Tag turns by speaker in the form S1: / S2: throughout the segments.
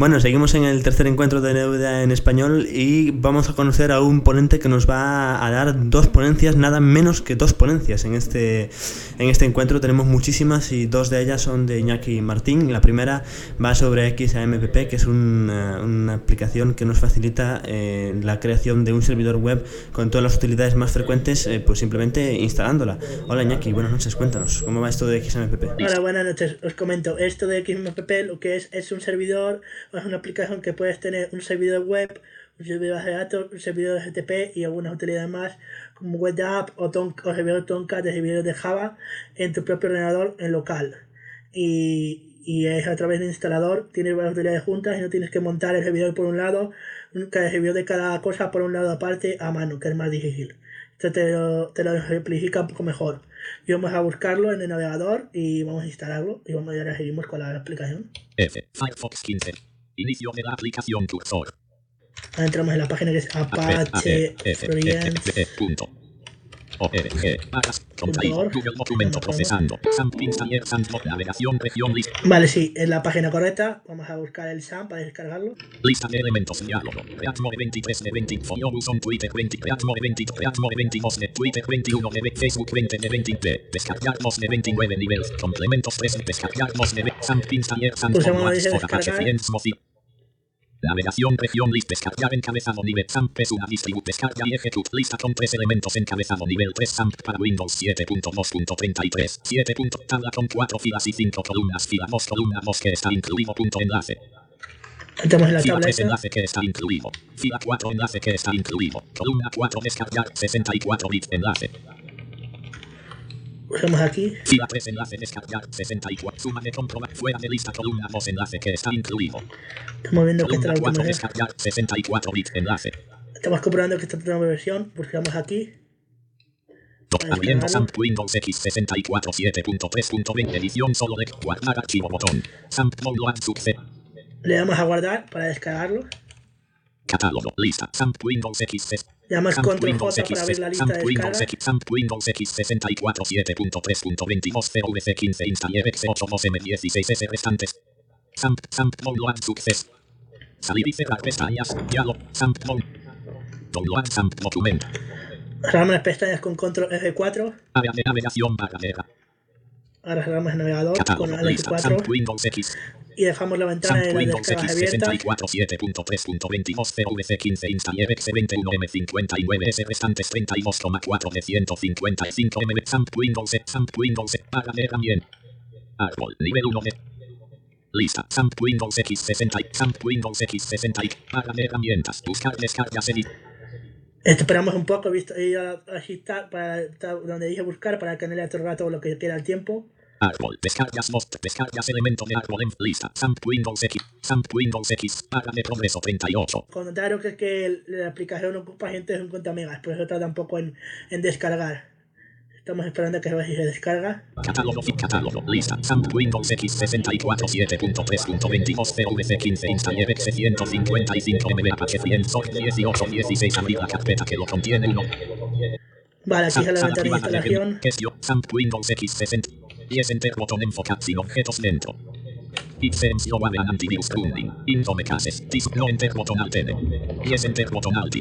S1: Bueno, seguimos en el tercer encuentro de Neuda en español y vamos a conocer a un ponente que nos va a dar dos ponencias, nada menos que dos ponencias. En este, en este encuentro tenemos muchísimas y dos de ellas son de Iñaki Martín. La primera va sobre XAMPP, que es una, una aplicación que nos facilita eh, la creación de un servidor web con todas las utilidades más frecuentes, eh, pues simplemente instalándola. Hola Iñaki, buenas noches, cuéntanos, ¿cómo va esto de XAMPP?
S2: Hola, buenas noches, os comento. Esto de XAMPP lo que es es un servidor es una aplicación que puedes tener un servidor web, un servidor de datos, un servidor de GTP y algunas utilidades más como web app o, ton, o servidor Tomcat de servidores de Java en tu propio ordenador en local. Y, y es a través del instalador, tienes varias utilidades juntas y no tienes que montar el servidor por un lado, cada servidor de cada cosa por un lado aparte a mano, que es más difícil. Esto te lo, te lo simplifica un poco mejor. Y vamos a buscarlo en el navegador y vamos a instalarlo y vamos a ahora seguimos con la aplicación.
S3: F, Firefox 15. Inicio de la aplicación cursor.
S2: Ahora entramos en la página que es Apache
S3: documento procesando. navegación, región, lista.
S2: Vale, sí, es la página correcta. Vamos a buscar el SAM para descargarlo.
S3: Lista de elementos, diálogo. Reatmo de 23 de 20, Follow on Twitter 20, Reatmo de 20, Reatmo de 22 de Twitter 21 de Facebook 20 de 23, descargarnos de 29 niveles, complementos 3, descargarnos de Sam Installer, Sam Navegación, región, list, descargar, encabezado, nivel, SAMP es una distribu, descarga y ejecute, lista con tres elementos, encabezado, nivel 3, SAMP para Windows 7.2.33, 7. tabla con cuatro filas y cinco columnas, fila mos, columna mos que está incluido, punto enlace.
S2: Entramos en la
S3: Fila
S2: tabla
S3: 3,
S2: esa.
S3: enlace que está incluido. Fila 4, enlace que está incluido. Columna 4, descargar, 64 bits, enlace.
S2: Usamos aquí.
S3: Fila 3, enlace, descargar, 64, suma de comprobar, fuera de lista, columna mos, enlace que está incluido.
S2: Estamos viendo que esta
S3: Columna
S2: es la
S3: 4,
S2: última versión.
S3: descargar, 64 bits, enlace.
S2: Estamos comprobando que esta es la nueva versión. Buscamos aquí.
S3: Top
S2: Ahí
S3: abriendo
S2: está, ¿no?
S3: SAMP Windows X64 7.3.20 edición solo de guardar archivo botón. SAMP download success.
S2: Le damos a guardar para descargarlo.
S3: Catálogo lista SAMP Windows X.
S2: Le damos
S3: SAMP
S2: control
S3: Windows
S2: J para
S3: X.
S2: abrir la lista
S3: SAMP
S2: de
S3: Windows
S2: descarga.
S3: X. SAMP Windows X64 7.3.22 CVC15 installer X8 2M16S restantes. SAMP SAMP download success. Salir y cerrar pestañas. Dialog SAMP down- download SAMP document.
S2: Cerramos las pestañas con control F4.
S3: Área de navegación barra
S2: Ahora cerramos el navegador con
S3: Catálogo
S2: el
S3: lista SAMP
S2: F4
S3: Windows X.
S2: y dejamos la ventana de
S3: Samp
S2: las
S3: Windows
S2: descargas
S3: X
S2: abierta.
S3: 64 7.3.22 CVC15 Installer X21 M59S restantes 32,4 de 155 MB Samp Windows X Samp Windows X para leer también Árbol nivel 1 de Lista Samp Windows X60 Samp Windows X60 para leer herramientas buscar descargas edit
S2: Esperamos un poco, visto y ahora así está, para está donde dije buscar para que no le atorgato lo que queda el tiempo.
S3: Árbol, descargas most, descargas elemento de árbol en lista, Samp Windows X, Samp Windows X, para de progreso 38,
S2: Comentario que es que el- la aplicación ocupa gente de 50 megas, por eso tarda un poco en, en descargar. Estamos esperando a que se descarga.
S3: Catálogo fin catálogo lista Samp Windows X64 7.3.22 CVC15 Installer X155 MB Apache FreeNSOC 1816 Abrir la carpeta que lo contiene uno
S2: Vale, aquí se
S3: Samp
S2: la
S3: Sala
S2: ventana de
S3: privada de
S2: instalación.
S3: gestión, gestión, Samp Windows X60 10 Enter botón enfocar sin objetos dentro Ipsens yo an antivirus grounding Indome cases This no enter botón alt N 10 Enter botón alt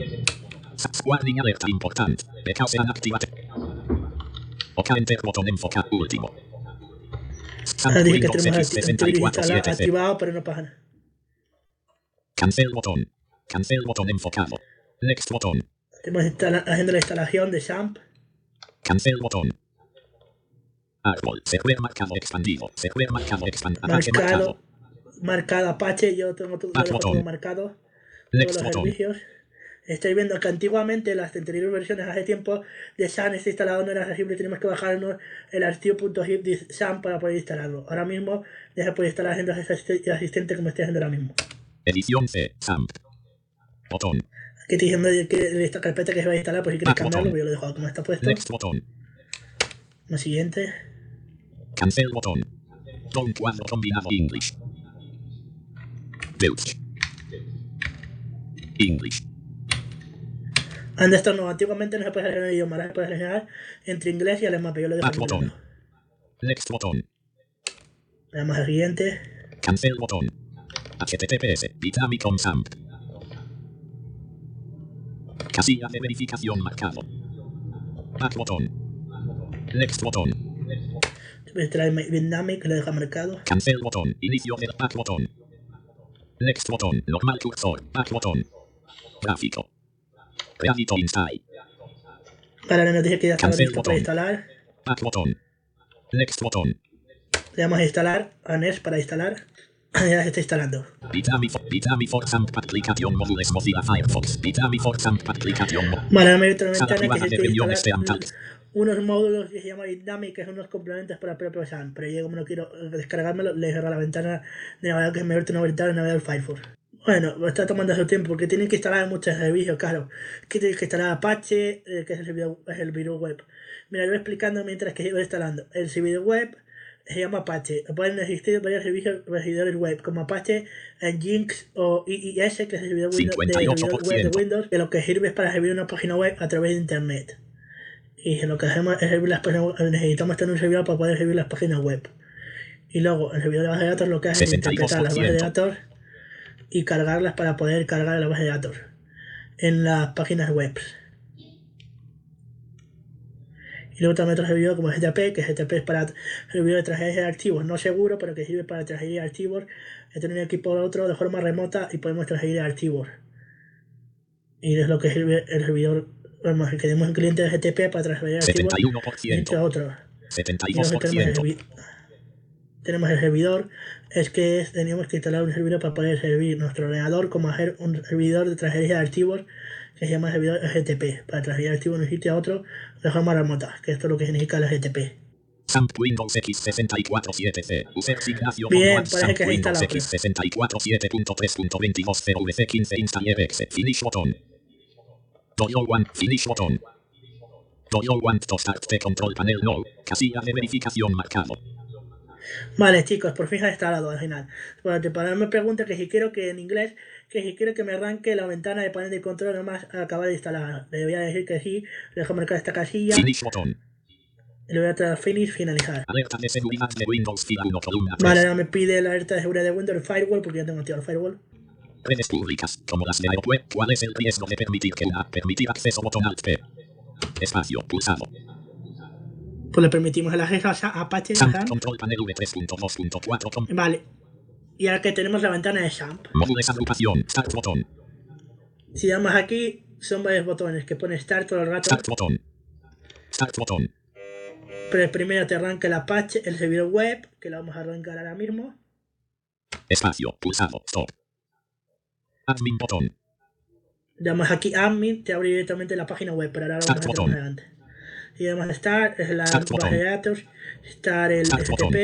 S3: Saps warning alerta important Because an activate Ok enter botón enfocar último Samp
S2: Ahora dije que
S3: Windows
S2: tenemos acti- antivirus
S3: X64
S2: instalado,
S3: 7C
S2: activado, pero no pasa nada.
S3: Cancel botón. Cancel botón enfocado. Next botón.
S2: Estamos instala- haciendo la instalación de SAMP.
S3: Cancel botón. Árbol. Server marcado expandido. Server marcado expandido. Ataque
S2: Marcado,
S3: marcado.
S2: marcado Apache, yo tengo todo, lo
S3: Back
S2: dejo
S3: button.
S2: todo marcado. todos
S3: Next
S2: los
S3: botón.
S2: servicios. Estáis viendo que antiguamente las anteriores versiones hace tiempo de SAN este instalado no era accesible, teníamos que bajarnos el archivo.zip de SAN para poder instalarlo. Ahora mismo ya se puede instalar haciendo ese asist- asistente como estoy haciendo ahora mismo.
S3: Edición C. SAMP. Botón.
S2: Aquí estoy diciendo de que esta carpeta que se va a instalar, por si queréis
S3: Back
S2: cambiarlo,
S3: button.
S2: pero yo lo dejo como está puesto.
S3: Next botón.
S2: Lo siguiente.
S3: Cancel botón. Don cuadro combinado English. Deutsch. English.
S2: Anda, esto no, antiguamente no se puede seleccionar el idioma, ahora se puede seleccionar entre inglés y alemán, pero yo lo dejo
S3: Back
S2: en
S3: button.
S2: inglés.
S3: Next botón.
S2: Le damos al siguiente.
S3: Cancel botón. https bitamiconsump. Casilla de verificación marcado. Back botón. Next botón.
S2: Trae Dynamic, lo deja marcado.
S3: Cancel botón. Inicio del back botón. Next botón. Normal cursor. Back botón. Gráfico. Gráfico install.
S2: Para la noticia que ya estaba
S3: Cancel
S2: listo
S3: botón.
S2: para instalar,
S3: Back botón. Next botón.
S2: le damos a instalar, a NES para instalar. ya se está instalando.
S3: Bitami for, Bitami for Samp aplicación móviles Mozilla Firefox. Bitami for Samp aplicación mo-
S2: Vale, ahora me otra
S3: Sala
S2: ventana que
S3: privada
S2: se
S3: de
S2: tiene que
S3: reuniones de
S2: instalar
S3: Amtrak.
S2: unos módulos que se llama Dynamic, que son unos complementos para el propio SAM. Pero yo como no quiero eh, descargármelo, le cierro la ventana de navegador que me abre una ventana de navegador Firefox. Bueno, está tomando su tiempo porque tienen que instalar muchos servicios, claro. Que tienen que instalar Apache, eh, que es el, servidor- es el virus web. Mira, yo voy explicando mientras que iba instalando. El servidor web se llama Apache. Pueden existir varios servicios servidores web, como Apache, en Jinx o IIS, que es el servidor, Windows, de, servidor web de
S3: 58%.
S2: Windows, que lo que sirve es para servir una página web a través de Internet. Y lo que hacemos es servir las páginas web. Necesitamos tener un servidor para poder servir las páginas web. Y luego, el servidor de base de datos lo que hace es interpretar las bases de
S3: 62%.
S2: datos y cargarlas para poder cargar la base de datos en las páginas web. Y luego también otro servidor como GTP, que GTP es para servidor de tragedia de archivos, no seguro, pero que sirve para tragedia de archivos, de tener un equipo al otro de forma remota y podemos tragedia de archivos. Y es lo que sirve el servidor, vamos, que tenemos un cliente de GTP para transferir archivos entre
S3: 71%.
S2: otros. Y lo que tenemos, el
S3: 72%.
S2: servi- tenemos el servidor, es que es- teníamos que instalar un servidor para poder servir nuestro ordenador, como hacer un servidor de transferencia de archivos que se llama servidor GTP, para transferir archivos de un sitio a otro de forma remota, que esto es lo que significa el GTP.
S3: Samp Windows X647C. User Ignacio
S2: Bien,
S3: Manual
S2: parece
S3: Samp
S2: que ahí está
S3: Windows
S2: la
S3: X647.3.22.0VC15 Installer Exit. Finish botón. Do you want finish botón? Do you want to start the control panel no? Casilla de verificación marcado.
S2: Vale, chicos, por fin se ha instalado al final. Bueno, te- para me pregunta que si quiero que en inglés, que si quiero que me arranque la ventana de panel de control nomás al acabar de instalar. Le voy a decir que sí, le dejo marcar esta casilla,
S3: Finish botón.
S2: y le voy a traer finish, finalizar.
S3: Alerta de seguridad de Windows Fila 1 columna 3.
S2: Vale, ahora me pide la alerta de seguridad de Windows, el firewall, porque ya tengo activado el firewall.
S3: Redes públicas, como las de Aeropuerto, ¿cuál es el riesgo de permitir que una permitir acceso botón alt P? Espacio, pulsado.
S2: Pues le permitimos el acceso a Apache.
S3: Samp
S2: ¿verdad?
S3: control panel V3.2.4 con
S2: Vale. Y ahora que tenemos la ventana de SAMP,
S3: módulos agrupación, start botón,
S2: si damos aquí, son varios botones que pone Start todo el rato,
S3: start botón, start botón,
S2: pero el primero te arranca el Apache, el servidor web, que lo vamos a arrancar ahora mismo.
S3: espacio, pulsado, stop. Admin botón,
S2: damos aquí admin, te abre directamente la página web, pero ahora vamos
S3: Start
S2: a hacer
S3: botón.
S2: más adelante. Y además estar, es la
S3: Start
S2: base de
S3: botón.
S2: datos, estar el
S3: Start botón.
S2: FTP,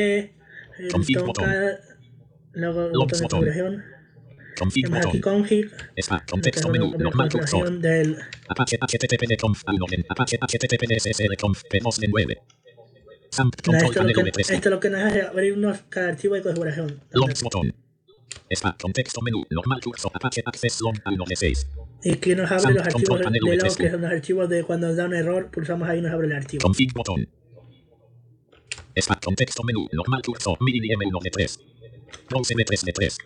S2: el
S3: Config
S2: Tomcat, luego el botón
S3: Log
S2: de
S3: botón.
S2: configuración,
S3: config
S2: tenemos aquí
S3: botón,
S2: config,
S3: spa,
S2: que es
S3: contexto
S2: la
S3: menú, normal cursor,
S2: configuración del
S3: apache httpd conf algolen, apache httpd ssl conf p2 de 9. Samp
S2: Mira,
S3: control
S2: esto, es lo
S3: panel
S2: que,
S3: V3.
S2: esto es lo que nos hace abrirnos cada archivo de configuración.
S3: Logs botón. Spa, contexto menú, normal curso, Apache Access Log 6
S2: Y que nos abre
S3: Samp
S2: los archivos
S3: control
S2: de
S3: panel
S2: log,
S3: V3.
S2: que son los archivos de cuando nos da un error, pulsamos ahí y nos abre el archivo.
S3: Config botón. Spa, contexto menú, normal curso, mini M1 de 3. Browse de 3 de 3.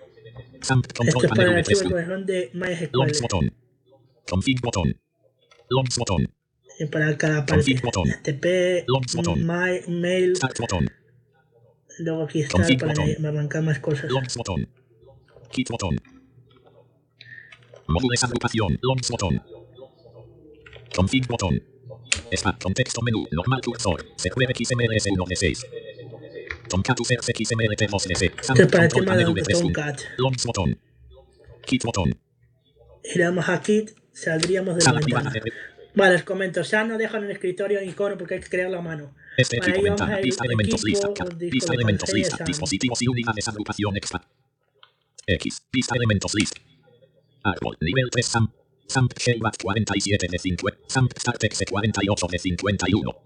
S3: Samp
S2: Esto
S3: control
S2: es para
S3: panel
S2: el archivo de
S3: V3.
S2: configuración de MySQL,
S3: Logs botón. Config botón. Logs botón.
S2: y para cada parte.
S3: Config botón.
S2: FTP,
S3: Logs botón.
S2: my, mail,
S3: Start botón.
S2: Luego aquí está
S3: Config
S2: para
S3: botón.
S2: añadir- arrancar más cosas.
S3: Logs botón. Kit botón. Módulos agrupación, Logs botón. Config botón. Spa, contexto menú, normal cursor, CQB XMLS1 de 6. Tomcat Users XMLT2 de 6.
S2: Esto es para el tema del Tomcat.
S3: Logs botón. Kit botón.
S2: Y le damos a Kit, saldríamos de la
S3: Sala privada
S2: ventana.
S3: de...
S2: Vale, os comento. Ya no dejan el escritorio en icono porque hay que crearlo a mano.
S3: Este
S2: Para
S3: tipo
S2: ello vamos
S3: ventana,
S2: a ir
S3: vista
S2: al
S3: elementos
S2: equipo,
S3: lista,
S2: los
S3: cap,
S2: discos
S3: vista
S2: de
S3: elementos
S2: pantalla,
S3: lista,
S2: Sam.
S3: dispositivos y unidades agrupación extra. X, vista elementos list. Árbol, nivel 3 SAMP. SAMP Shellback 47 de 5. SAMP StartX 48 de 51.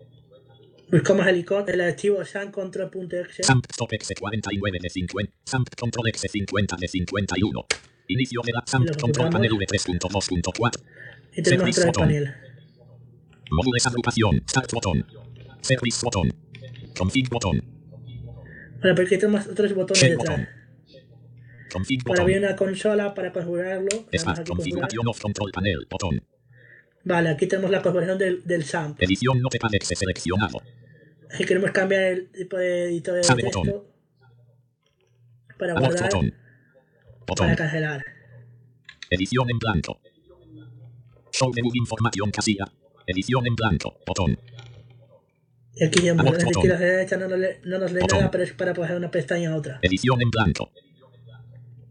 S2: Buscamos el icono, el archivo sancontrol.exe.
S3: SAMP StopX 49 de 5. SAMP ControlX 50 de 51. Inicio de la
S2: Y
S3: SAMP
S2: lo
S3: Control
S2: ejecutamos.
S3: Panel V3.2.4.
S2: Y tenemos
S3: Service
S2: otro
S3: botón.
S2: panel.
S3: Módulos agrupación, Start botón. Service botón. Config botón.
S2: Vale, porque tenemos otros botones
S3: Shell
S2: detrás.
S3: botón. config
S2: Ahora
S3: botón.
S2: había una consola para configurarlo. Vamos
S3: Start
S2: aquí a configurar.
S3: configuración of control panel botón.
S2: Vale, aquí tenemos la configuración del, del SAMP.
S3: Edición notepad exe seleccionado.
S2: Si queremos cambiar el tipo de editor de
S3: Abre
S2: texto
S3: botón.
S2: para
S3: Abort
S2: guardar,
S3: botón.
S2: para
S3: Botón.
S2: cancelar.
S3: Edición en blanco. Show debug información casilla. Edición en blanco. Botón.
S2: Y aquí ya
S3: Abort
S2: desde
S3: botón.
S2: aquí a la derecha no nos lee, no nos lee
S3: Botón.
S2: nada, pero es para pasar una pestaña a otra.
S3: Edición en blanco.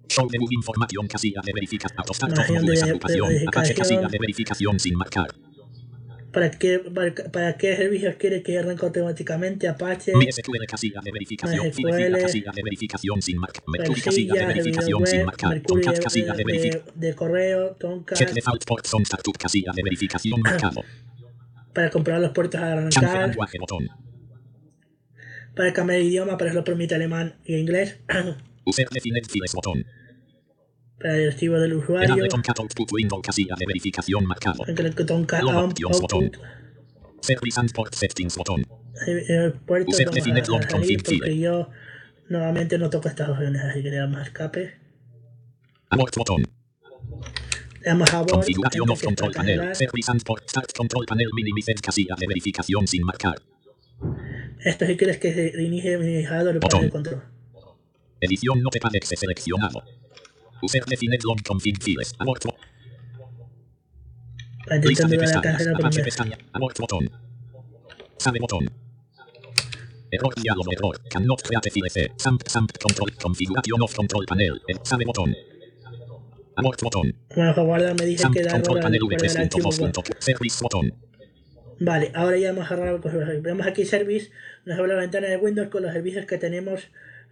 S3: Show debug información casilla de verificación. Autostart
S2: Imagen de- de
S3: módulos agrupación. Apache
S2: verificación.
S3: casilla de verificación sin marcar.
S2: ¿Para qué, para, para qué servicios quiere que arranque automáticamente Apache?
S3: Mi SQL casilla de verificación.
S2: MySQL,
S3: Fibefilca casilla de verificación sin marcar. Mercury casilla de
S2: Persillas,
S3: verificación sin
S2: web, eh,
S3: marcar.
S2: Mercurio
S3: Tomcat
S2: de,
S3: casilla de verificación.
S2: de, de correo, Tomcat,
S3: Check default ports on startup casilla de verificación marcado.
S2: para comprar los puertos a
S3: Chance
S2: arrancar,
S3: lenguaje botón.
S2: para cambiar de idioma, pero lo permite alemán e inglés,
S3: User defined files botón.
S2: para el archivo del usuario,
S3: Enable Tomcat output window casilla de verificación marcado.
S2: en el que Tomcat
S3: Logo,
S2: Amp,
S3: options, botón.
S2: output,
S3: Service and port settings botón.
S2: eh, eh, puertos,
S3: User
S2: vamos a
S3: defined long
S2: dejar ahí,
S3: config file.
S2: porque yo nuevamente no toco estas opciones, así que le damos a escape,
S3: Abort botón.
S2: le damos a board,
S3: Configuración of control panel.
S2: cancelar,
S3: Service and port start control panel minimized casilla de verificación sin marcar.
S2: esto si quieres que se reinicie mi navegador para
S3: Botón.
S2: el control.
S3: Edición notepad exe seleccionado. User defined long config files. Abort bo-
S2: Para
S3: Lista
S2: intentando
S3: de
S2: dar a
S3: pestañas.
S2: cancelar
S3: Apache
S2: primero.
S3: pestaña. Abort botón. Sale botón. Error diálogo error. Cannot create file C. Samp samp control. Configuración of control panel. El sale botón. Abort botón.
S2: Bueno, guarda me dice
S3: Samp
S2: que da error
S3: control
S2: al
S3: panel
S2: guardar el archivo web.
S3: V3.2.2. Service botón.
S2: Vale, ahora ya hemos agarrado pues, Vemos aquí Service, nos abre la ventana de Windows con los servicios que tenemos,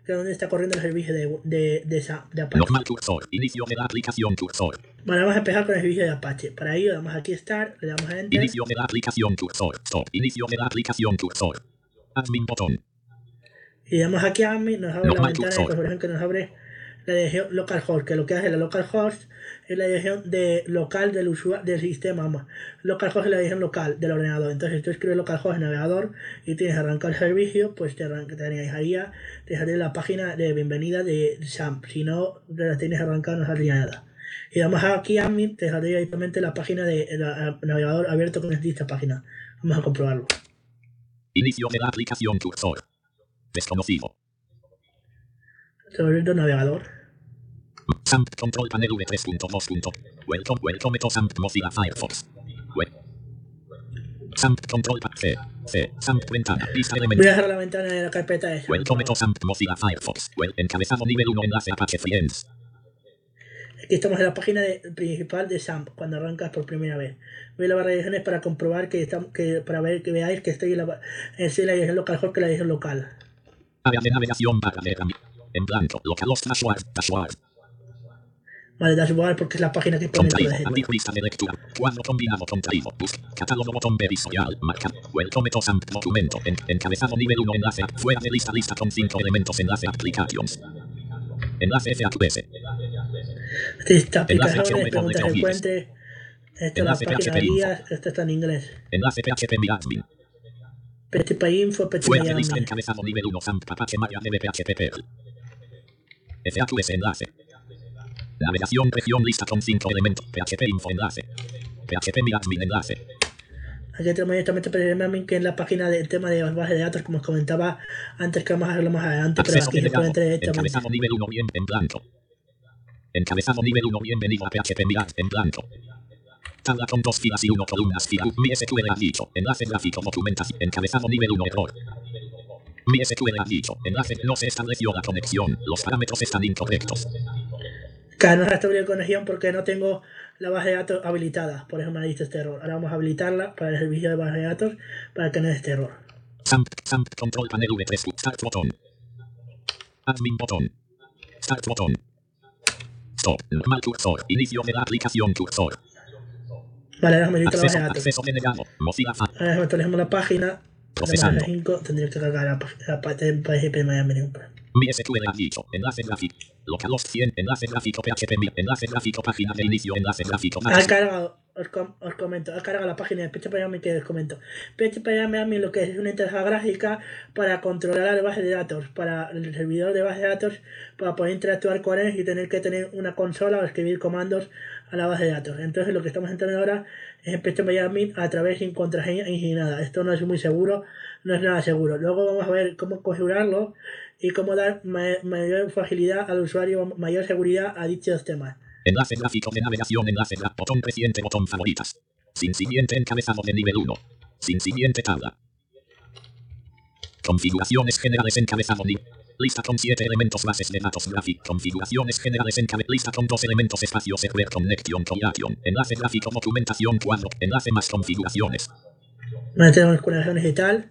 S2: que es donde está corriendo el servicio de, de, de, esa- de Apache.
S3: Normal cursor. Inicio de la aplicación cursor.
S2: Bueno, vamos a empezar con el servicio de Apache. Para ello, damos aquí Start, le damos a Enter.
S3: Inicio de la aplicación cursor. Stop. Inicio de la aplicación cursor. Admin botón.
S2: Y le damos aquí a Admin, nos abre la
S3: Normal
S2: ventana de
S3: cursor.
S2: configuración que nos abre la dirección localhost, que lo que hace la localhost es la dirección de local del usuario del sistema. Vamos. Localhost es la dirección local del ordenador. Entonces, si tú escribes localhost en navegador y tienes arrancar el servicio, pues te arranca, tenías ahí ya, te sale la página de bienvenida de SAMP. Si no la tienes arrancada, no saldría nada. Y vamos aquí a admin, te saldría directamente la página de el, eh, navegador abierto con esta página. Vamos a comprobarlo.
S3: Inicio de la aplicación cursor. Desconocido.
S2: Estoy abriendo el navegador.
S3: Samp control panel V3.2.2. Welcome, welcome to Samp Mozilla Firefox. Web. Samp control panel C. C. Samp ventana. Lista
S2: Voy a
S3: elemento.
S2: dejar la ventana de la carpeta de SAMP.
S3: Welcome to Samp Mozilla Firefox. Well, encabezado nivel 1 enlace Apache Friends.
S2: Aquí estamos en la página de- principal de SAMP, cuando arrancas por primera vez. Ve la barra de direcciones para comprobar que, estamos, que para ver que veáis que estoy en la, ba- en sí la dirección local mejor que la dirección local.
S3: Área de navegación barra de herramientas. En blanco. Localhost dashboard. Dashboard.
S2: Vale, dashboard porque es la página que pone todo
S3: Contraído.
S2: esto.
S3: Abrir lista de lectura. Cuadro combinado contraído. Busca. Catálogo botón verisorial. Marca. Welcome to Samp documento. En- encabezado nivel 1 enlace. a- Fuera de lista lista con 5 elementos enlace applications. Enlace FAQS.
S2: Esta es esta
S3: Enlace
S2: aplicación,
S3: HTML,
S2: preguntas
S3: doble guiones.
S2: frecuentes. Esta es la
S3: Enlace
S2: página de
S3: PHP info.
S2: guías, esta está en inglés.
S3: Enlace PHP Mi Admin.
S2: PHP Info, PHP
S3: Fuera de lista
S2: Admin.
S3: encabezado nivel 1 Samp Apache MariaDB PHP Perl. FAQS enlace. Navegación región lista con 5 elementos. PHP Info enlace. PHP Mi Admin enlace.
S2: Aquí tenemos directamente PHP Admin, que es la página del tema de las bases de datos, como os comentaba antes, que vamos a hacerlo más adelante, pero
S3: Acceso
S2: aquí se puede
S3: denegado.
S2: entrar directamente.
S3: Encabezado nivel 1 bien en blanco. Encabezado nivel 1 bienvenido a PHP Mirad en blanco. Tabla con dos filas y uno columnas fila. Mi SQL ha dicho. Enlace gráfico documentación. Encabezado nivel 1 error. Mi SQL ha dicho. Enlace no se estableció la conexión. Los parámetros están incorrectos.
S2: Claro, no restaure conexión porque no tengo la base de datos habilitada. Por eso me ha dicho este error. Ahora vamos a habilitarla para el servicio de base de datos para que no dé este error.
S3: Samp, Samp, control panel V3, start botón. Admin botón. Start botón. Stop, normal cursor. Inicio de la aplicación cursor.
S2: Vale, ahora me habilito la base
S3: Acceso,
S2: de datos.
S3: acceso denegado. Mozilla Firefox.
S2: Ahora me actualizamos la página. Tenemos
S3: Procesando.
S2: las 5. Tendría que cargar la, pa- la parte del PHP Miami.
S3: Mi SQL ha dicho, enlace gráfico. Localhost 100, enlace gráfico PHP, mi- enlace gráfico página de inicio, enlace gráfico
S2: Has
S3: máximo.
S2: cargado, os, com- os comento, has cargado la página de PHP Miami que os comento. PHP Miami lo que es es una interfaz gráfica para controlar la base de datos, para el servidor de base de datos, para poder interactuar con él y tener que tener una consola o escribir comandos a la base de datos. Entonces lo que estamos entrando ahora es en PHP Miami a través sin contraseña y sin nada. Esto no es muy seguro, no es nada seguro. Luego vamos a ver cómo configurarlo y cómo dar ma- mayor facilidad al usuario, mayor seguridad a dichos temas.
S3: Enlace gráfico de navegación, enlace gráfico, botón creciente, botón favoritas. Sin siguiente encabezado de nivel 1. Sin siguiente tabla. Configuraciones generales encabezado nivel. Lista con 7 elementos bases de datos gráficos. Configuraciones generales encabezado. Lista con 2 elementos espacio server connection correlation. Enlace gráfico documentación cuadro. Enlace más configuraciones.
S2: Bueno, tenemos colaboraciones y tal.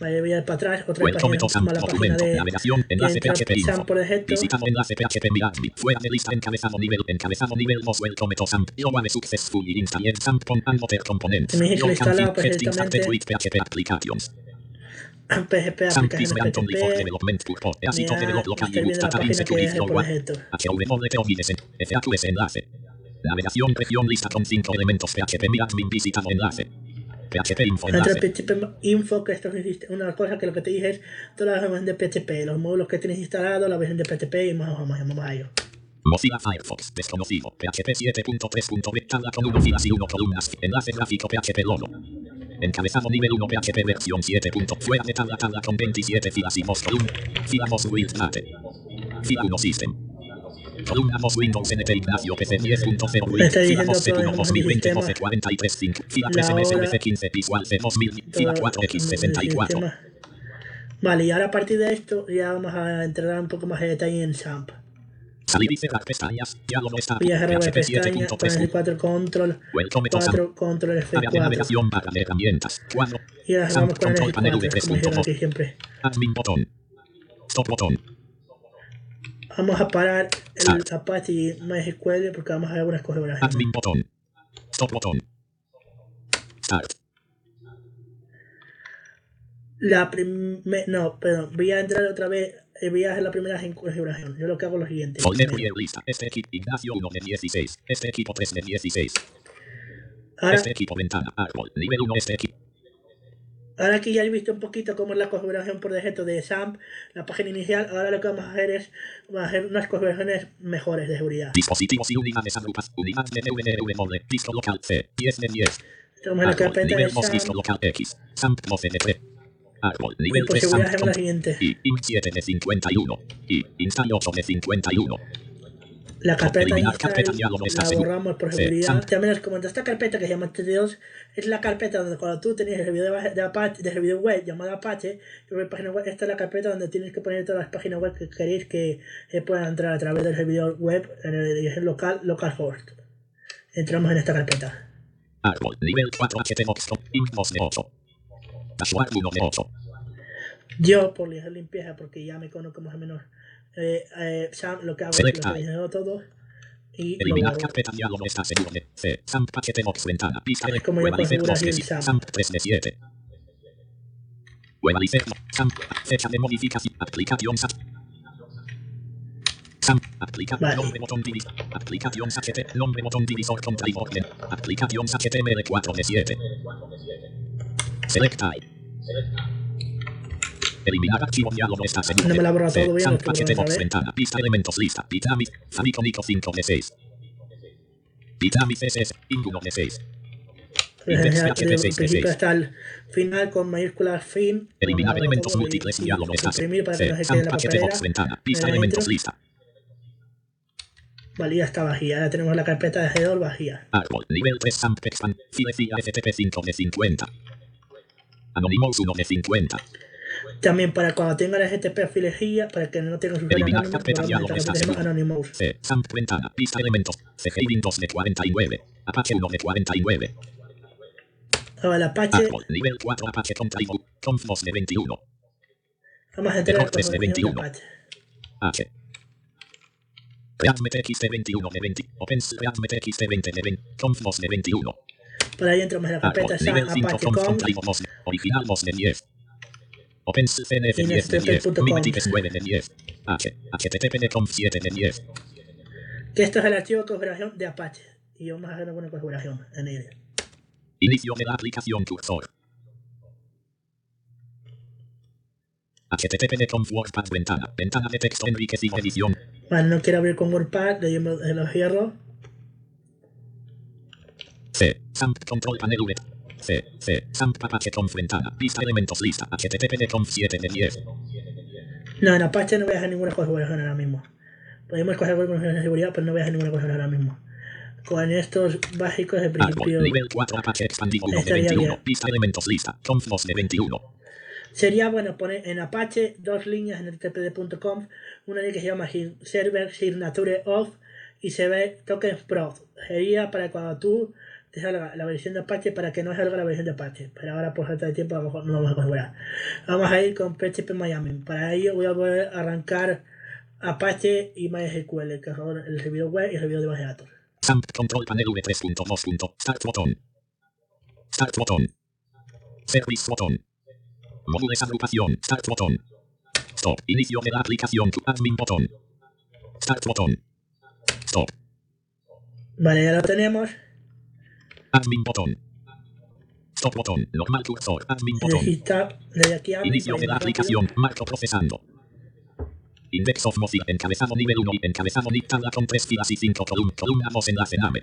S2: Vale, voy a ir para atrás. Otra vez página,
S3: Welcome to SAMP
S2: como la página
S3: documento.
S2: de
S3: Navegación. Enlace
S2: entra
S3: PHP info.
S2: SAMP por defecto.
S3: Visitado enlace PHP Miami. Fuera de lista encabezado nivel. Encabezado nivel 2. Welcome to SAMP. Yoane successfully installed SAMP con another components.
S2: Me dije que lo
S3: You can
S2: instalaba
S3: fit settings and
S2: perfectamente.
S3: tweet PHP applications.
S2: PGP,
S3: SAMP is
S2: aplicación
S3: random for
S2: PGP.
S3: development purpose. As it
S2: Mira,
S3: develop
S2: estoy
S3: locally with
S2: viendo la
S3: data
S2: página
S3: in
S2: que es
S3: security
S2: el
S3: one.
S2: proyecto.
S3: HV no te olvides. FAQs E enlace. Navegación región lista con 5 elementos PHP Miami. Visitado enlace. PHP info
S2: Entra
S3: enlace.
S2: PHP Info, que esto existe. Una cosa que lo que te dije es todas las versiones de PHP, los módulos que tienes instalados, la versión de PHP y más, más, más, más a ello.
S3: Mozilla Firefox, desconocido, PHP 7.3.b, tabla con 1 filas y 1 columnas, enlace gráfico PHP Lolo. Encabezado nivel 1 PHP versión 7. punto, Fuera de tabla tabla con 27 filas y 2 columnas. Fila 2 Windows Mate. Fila 1 System. Columna 2 Windows NT Ignacio PC 10.0
S2: Me
S3: Win.
S2: está
S3: Fila
S2: diciendo
S3: 2
S2: todo el
S3: C1 2020
S2: sistema.
S3: 12 43 5. Fila
S2: La
S3: 3 MSVC
S2: hora.
S3: 15 Visual C 2000. Fila
S2: Todo
S3: 4 X
S2: el
S3: 64.
S2: sistema. Vale, y ahora a partir de esto ya vamos a entrar un poco más en detalle en SAMP.
S3: Salir y cerrar pestañas. Ya lo está.
S2: Voy a cerrar la
S3: PHP
S2: pestaña,
S3: 7.3.
S2: poner 4 control,
S3: Welcome to Sam.
S2: 4 control
S3: Área de
S2: F4.
S3: navegación barra de herramientas. Cuadro.
S2: Y ahora
S3: Sam,
S2: vamos con el
S3: control panel V3.2.
S2: F4, como hicieron aquí siempre.
S3: Admin botón. Stop botón.
S2: Vamos a parar el
S3: Start.
S2: Apache MySQL porque vamos a ver algunas cosas. buenas.
S3: Admin botón. Stop botón. Start.
S2: La prim- me- No, perdón. Voy a entrar otra vez. eh, Voy a hacer la primera gen- configuración. Yo lo que hago es lo siguiente.
S3: Folder
S2: Primero.
S3: Clear lista. Este equipo Ignacio 1 de 16. Este equipo 3 de 16.
S2: Ahora,
S3: Este equipo ventana. Árbol. Nivel 1 este equipo.
S2: ahora aquí ya he visto un poquito cómo es la configuración por defecto de SAMP, la página inicial. Ahora lo que vamos a hacer es vamos a hacer unas configuraciones mejores de seguridad.
S3: Dispositivos y unidades agrupas. Unidad de DVDV mole. Disco local C. 10 de 10.
S2: Estamos en la
S3: Árbol.
S2: carpeta de
S3: Nivel 2 disco
S2: SAMP
S3: local X. SAMP 12 de 3. Árbol.
S2: y
S3: Nivel
S2: por
S3: 3
S2: seguridad
S3: SAMP.
S2: hacemos la siguiente.
S3: Y IN 7 de 51. Y Install 8 de 51.
S2: La carpeta
S3: Eliminar
S2: inicial
S3: carpeta, ya lo ves,
S2: la
S3: así.
S2: borramos por
S3: Sí,
S2: seguridad.
S3: Sam.
S2: También os comento, esta carpeta que se llama T2 es la carpeta donde cuando tú tenías el servidor de baje- de Apache, de servidor web llamado Apache, y una página web, esta es la carpeta donde tienes que poner todas las páginas web que queréis que eh, puedan entrar a través del servidor web en el dirección local, localhost. Entramos en esta carpeta.
S3: Árbol, nivel 4 HT Box, Inc 2 de 8. Dashboard 1 de 8.
S2: Yo, por hacer limpieza, porque ya me conozco más o menos, eh, eh, Sam, lo que hago es lo
S3: Selecta.
S2: selecciono todo y lo
S3: Eliminar
S2: borro.
S3: carpeta diálogo está seguro de C. Samp HT Box ventana. Pista de
S2: como yo
S3: Webalicer
S2: configuro
S3: 2 de
S2: aquí el
S3: 7.
S2: SAMP.
S3: Samp 3 de 7. Webalicer Samp. Fecha de modificación. Aplicación SAP. Samp. Aplicación.
S2: Vale.
S3: Nombre botón divisor. Aplicación HT. Nombre botón divisor contra y orden. Aplicación HTML 4 de 7. Select Type. Eliminar archivo diálogo está seguro.
S2: No me la borra
S3: C.
S2: todo bien,
S3: Samp
S2: lo estoy
S3: HT
S2: borrando,
S3: Box
S2: ¿eh?
S3: ventana. Pista elementos lista. Bitnami. Famiconico 5 de 6. Bitnami CSS. Ing 1 de 6.
S2: Desde
S3: Index
S2: el
S3: PHP 6 de
S2: principio
S3: 6.
S2: hasta el final con mayúsculas fin.
S3: Eliminar
S2: Ahora
S3: elementos
S2: todo y-
S3: múltiples
S2: y
S3: y diálogo está
S2: Suprimir
S3: seguro.
S2: para que no
S3: C.
S2: se quede en
S3: Samp
S2: la
S3: HT Box
S2: papelera.
S3: ventana. Pista
S2: Me la
S3: elementos
S2: entro.
S3: lista.
S2: Vale, ya está vacía. Ahora tenemos la carpeta de G2 vacía.
S3: Árbol. Nivel 3 Samp Expand. Filecilla FTP 5 de 50. Anonymous 1 de 50.
S2: También para cuando tengan el GTP filegía, para que no tengan sus
S3: Eliminar
S2: anónimos,
S3: carpeta,
S2: borramos
S3: ya
S2: esta
S3: lo ves,
S2: carpeta que se llama Anonymous.
S3: C. Samp ventana. Pista elementos. CG Windows de 49. Apache 1 de 49.
S2: Ahora el Apache,
S3: Árbol. Nivel 4 Apache contra Ivo. Conf 2 de 21.
S2: vamos a entrar a la
S3: Cortes de
S2: configuración de
S3: 21.
S2: Apache.
S3: H. Readme TXT 21 de 20. Opens Readme TXT 20 de 20. Conf 2 de 21.
S2: Por ahí entramos en la
S3: Árbol.
S2: carpeta
S3: Nivel
S2: SAM
S3: 5
S2: Apache
S3: conf
S2: con.
S3: contra Ivo 2. Original 2 de 10. OpenCNF 10 de 10.
S2: Inexpress.com.
S3: Mimetics 9 de 10. H. HTTP de 7 de 10.
S2: Que esto es el archivo de configuración de Apache. Y vamos a hacer una configuración en ello.
S3: Inicio de la aplicación cursor. HTTP de conf WordPad ventana. Ventana de texto enriquecido edición.
S2: Vale, no quiero abrir con WordPad, le doy el eh, cierro.
S3: C. SAMP control panel V. C. C. SAMP Apache conf ventana. Vista elementos lista. HTTP de conf 7 de 10.
S2: No, en Apache no voy a hacer ninguna configuración ahora mismo. Podemos coger configuración de seguridad, pero no voy a hacer ninguna cosa ahora mismo. Con estos básicos de principio.
S3: Árbol. Nivel 4 Apache expandido 1 de
S2: Estaría bien.
S3: 21. Vista elementos lista. Conf 2 de 21.
S2: Sería bueno poner en Apache dos líneas en http.conf, una línea que se llama Sig- Server Signature Off y se ve Tokens Pro. Sería para cuando tú te salga la versión de Apache para que no salga la versión de Apache. Pero ahora por falta de tiempo a lo mejor no vamos a configurar. Vamos a ir con PHP Miami. Para ello voy a poder arrancar Apache y MySQL, que son el servidor web y el servidor de base de datos.
S3: SAMP control panel V3.2. Start botón. Start botón. Service botón. Módulos agrupación. Start botón. Stop. Inicio de la aplicación. Admin botón. Start botón. Stop.
S2: Vale, ya lo tenemos.
S3: Admin botón. Stop botón. Normal cursor. Admin botón.
S2: Registra desde aquí a
S3: Inicio de la aplicación. Marco procesando. Index of Mozilla. Encabezado nivel 1. Encabezado ni tabla con 3 filas y 5 columnas. Columna 2 enlace name.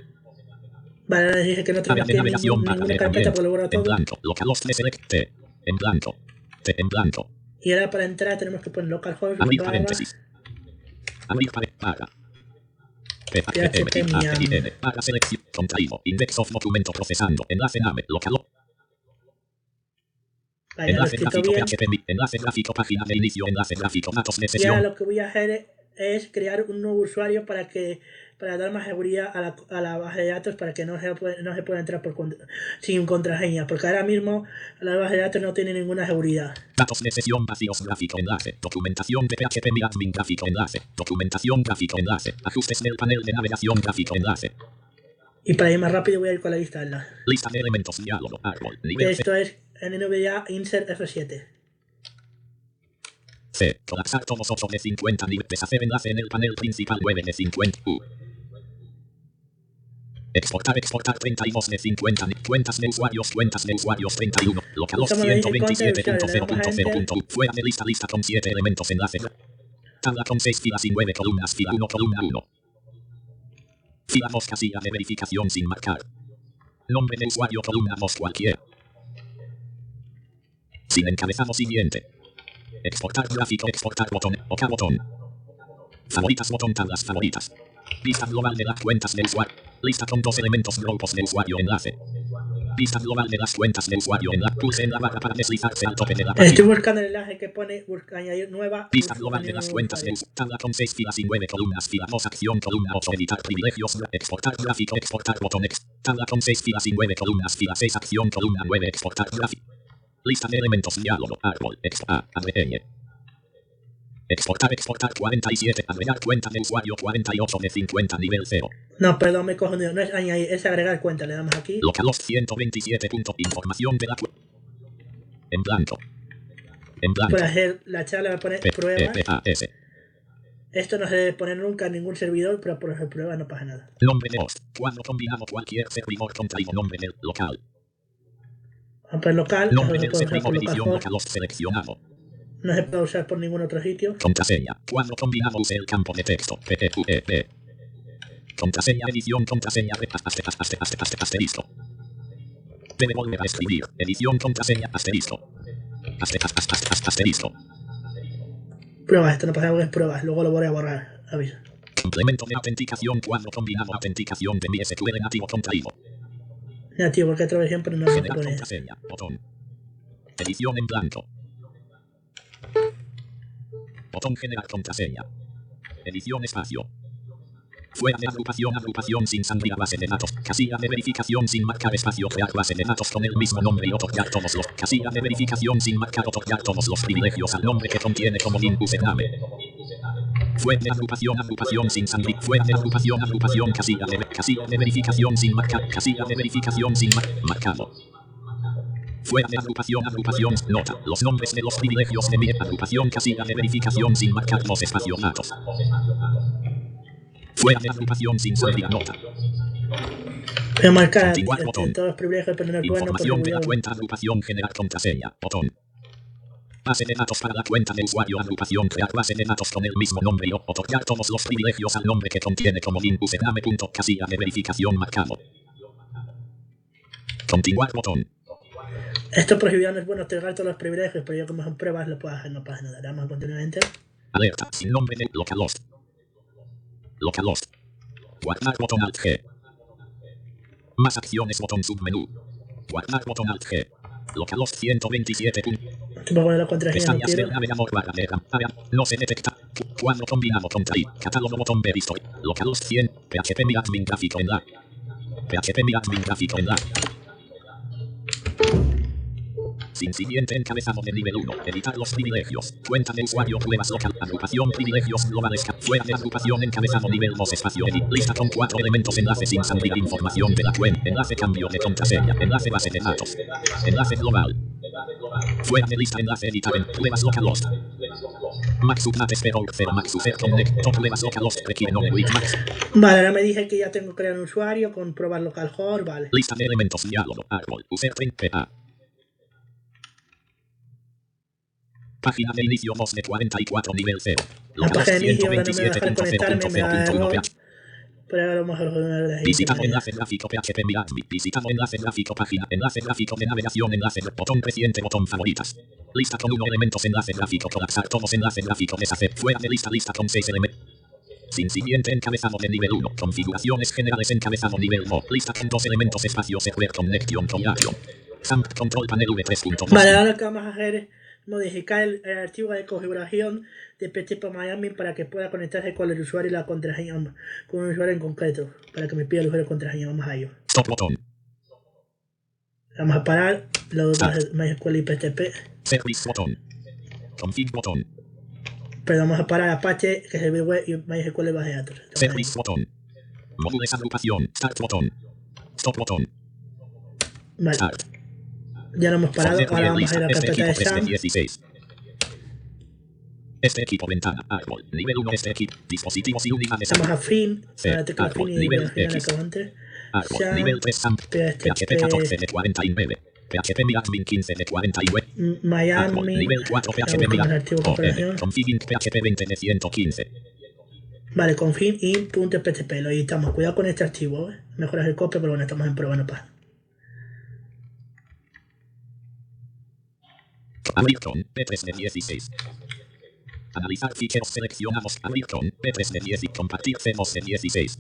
S2: Vale, ahora dije que no tengo
S3: Tabla
S2: aquí
S3: de
S2: ningún-
S3: navegación. Barra
S2: ninguna
S3: de
S2: carpeta, porque lo borro
S3: En
S2: todo.
S3: blanco. Localhost de select. T. En blanco. T. En blanco.
S2: Y ahora para entrar tenemos que poner localhost
S3: Abrir
S2: barra
S3: paréntesis. Abrir paréntesis. Para.
S2: PHP
S3: PHP. Para selección. Contraído. Index of documento procesando. Enlace name. Local.
S2: Vale, ya lo he
S3: Enlace
S2: escrito
S3: gráfico
S2: bien.
S3: PHP. Enlace gráfico. Página de inicio. Enlace gráfico. Datos de
S2: Y ahora
S3: sesión.
S2: lo que voy a hacer es- es crear un nuevo usuario para que para dar más seguridad a la, a la base de datos para que no se puede, no se pueda entrar por cont- sin contraseña porque ahora mismo la base de datos no tiene ninguna seguridad
S3: Datos de sesión vacíos gráfico enlace. Documentación de PHP mi admin gráfico enlace. Documentación gráfico enlace. Ajustes del panel de navegación gráfico enlace.
S2: y para ir más rápido voy a ir con la lista ALA.
S3: Lista de elementos diálogo árbol.
S2: que
S3: Nivel C.
S2: esto es NVDA insert F7
S3: C. Colapsar todos 8 de 50 nivel. Deshacer enlace en el panel principal 9 de 50 U. Exportar, exportar 32 de 50 ni- cuentas de usuarios, cuentas de usuarios 31, localhost
S2: Como le dije, contra el usuario,
S3: 127.0.0.0. Fuera de lista, lista con 7 elementos enlace. Tabla con 6 filas y 9 columnas, fila 1, columna 1. Fila 2, casilla de verificación sin marcar. Nombre de usuario, columna 2, cualquiera. Sin encabezado siguiente. Exportar gráfico, exportar botón, OK botón. Favoritas botón tablas favoritas. Lista global de las cuentas de usuario. Lista con dos elementos grupos de usuario enlace. Lista global de las cuentas de usuario enlace. Pulse en la barra para deslizarse al tope de la
S2: estoy
S3: página.
S2: buscando el enlace que pone busca añadir nueva
S3: Lista
S2: busca
S3: global de
S2: añadir
S3: las
S2: nuevo
S3: cuentas de
S2: usuario.
S3: usuario. Tabla con seis filas y nueve columnas. Fila 2 acción columna 8 editar privilegios. gra- Exportar gráfico. Exportar botón ex. Tabla con seis filas y nueve columnas. Fila 6 acción columna 9 exportar gráfico. Lista de elementos diálogo árbol. Ex ah, A. ADN. Exportar, exportar 47, agregar cuenta de usuario 48 de 50 nivel 0.
S2: no perdón me cojo no es añadir es agregar cuenta le damos aquí
S3: Localhost 127. punto, Información de la cu- En blanco. En blanco.
S2: para hacer la charla me pone
S3: P, E,
S2: pruebas
S3: P, A, S.
S2: Esto no se debe poner nunca en ningún servidor, pero por las pruebas no pasa nada.
S3: Nombre de host. Cuadro combinado cualquier servidor contraído nombre del local.
S2: Vamos por local, eso
S3: Nombre
S2: no se puede
S3: del
S2: usar por
S3: servidor edición
S2: localhost,
S3: localhost seleccionado.
S2: no se puede usar por ningún otro sitio.
S3: Contraseña. Cuadro combinado use el campo de texto. P, E, Q, E, P. Contraseña edición contraseña re- as- aste- as- aste- aste- aste- asterisco. Debe volver a escribir. Edición contraseña asterisco. Aste- as- as- as- as- Asterisco.
S2: Pruebas, esto no pasa nada porque es pruebas, luego lo voy a borrar, aviso.
S3: Complemento de autenticación cuadro combinado autenticación de mi SQL nativo contraído.
S2: Ya tío, porque otra vez siempre no se
S3: Generar
S2: pone.
S3: contraseña. Botón. Edición en blanco. Botón generar contraseña. Edición espacio. Fuera de agrupación, agrupación sin sangría base de datos. Casilla de verificación sin marcar espacio. Crear base de datos con el mismo nombre y otorgar todos los. Casilla de verificación sin marcar otorgar todos los privilegios al nombre que contiene como link username. Fuera de agrupación, agrupación sin sangría. Fuera de agrupación, agrupación. Casilla de, casilla de verificación sin marcar. Casilla de verificación sin mar- marcado. Fuera de agrupación, agrupación, nota. Los nombres de los privilegios de mi agrupación, casilla de verificación sin marcar los espacios datos. Fuera de agrupación sin salida, nota.
S2: Voy a marcar
S3: Continuar
S2: este,
S3: botón.
S2: todos los privilegios, pero no el bueno porque
S3: Información de la
S2: cuidado.
S3: cuenta, agrupación, generar contraseña, botón. Base de datos para la cuenta de usuario, agrupación, crear base de datos con el mismo nombre o otorgar todos los privilegios al nombre que contiene como link username punto casilla de verificación marcado. Continuar botón.
S2: Esto prohibido no es bueno otorgar todos los privilegios, pero yo como son pruebas lo puedo hacer, no pasa nada. Damos continuamente.
S3: Alerta, sin nombre de localhost. Localhost. Guardar botón alt G. Más acciones botón submenú. Guardar botón alt G. Localhost 127. punto-
S2: Tú poner la contraseña no
S3: Pestañas del
S2: quiero.
S3: navegador barra de campana. No se detecta. Cu- Cuadro combinado con TAI. Catálogo botón ver history. Localhost 100. PHP mi admin gráfico en la. PHP mi admin gráfico en la. Sin siguiente encabezado de nivel 1. Editar los privilegios. Cuenta de usuario. Pruebas local. Agrupación. Privilegios globales. ca- Fuera de agrupación. Encabezado nivel 2. Espacio. Edit. Lista con cuatro elementos. Enlace sin sangrar. Información de la cuenta. Enlace cambio de contraseña. Enlace base de datos. Enlace global. Fuera de lista. Enlace editar. En pruebas localhost. Maxuplat espero. Cero. Maxufer. Connect. Top pruebas localhost. Requiere no edit. Max.
S2: Vale, ahora me dije que ya tengo crear un usuario con pruebas localhost, vale.
S3: Lista de elementos. Diálogo. Árbol. User 30 PA. Página de inicio 2 de 44 nivel 0.
S2: La
S3: Local
S2: página de inicio ahora no me va a dejar conectarme, me va a dar error.
S3: 127.0.0.0.0.0.0.
S2: Pero ahora vamos a lo mejor con una de las
S3: Visitado
S2: imágenes.
S3: enlace gráfico PHP Miadmi. Visitado enlace gráfico página. Enlace gráfico de navegación. Enlace botón creciente. Botón favoritas. Lista con uno elementos. Enlace gráfico. Colapsar todos. Enlace gráfico. Deshacer. Fuera de lista. Lista con seis elementos. Sin siguiente encabezado de nivel 1. Configuraciones generales encabezado nivel 2. Lista con dos elementos. Espacio. Server. Connection. Combinación. Zamp. Control panel V3.2.
S2: Vale, ahora lo que vamos a hacer es modificar el, el archivo de configuración de PTP Miami para que pueda conectarse con el usuario y la contraseña, con un usuario en concreto, para que me pida el usuario y contraseña. Vamos a ello.
S3: Stop botón.
S2: Vamos a parar, luego vamos a hacer MySQL y PTP,
S3: Service botón. Config botón.
S2: pero vamos a parar Apache, que es el web y MySQL base de datos.
S3: Service botón. Módulos agrupación. Start botón. Stop botón.
S2: Vale,
S3: Start.
S2: ya lo hemos parado,
S3: Folder
S2: ahora
S3: nivel
S2: vamos a ir a la
S3: lista.
S2: carpeta de
S3: este equipo
S2: SAM.
S3: 316. Este equipo ventana, árbol, nivel 1, este equipo, dispositivos y unidades,
S2: Vamos a fin,
S3: Sí,
S2: ahora tecla
S3: árbol,
S2: fin y voy
S3: Eh, ah, nivel
S2: a afinar
S3: X.
S2: acá antes.
S3: árbol,
S2: Sam,
S3: nivel este 3, SAMP,
S2: este
S3: PHP 14
S2: PHP
S3: de 49, PHP Miadmin 15 de 49, árbol,
S2: mm, Miami.
S3: Ah, nivel 4, PHP
S2: vamos con el archivo de
S3: Miadmin,
S2: configuración.
S3: config PHP 20 de 115,
S2: Vale, con fin y punto PTP, lo editamos. Cuidado con este archivo, ¿eh? Mejoras el copia, pero bueno, estamos en prueba, no pasa.
S3: abrir con, P3 de 16. Analizar ficheros seleccionados, abrir con, P3 de 10 y compartir C2 de 16.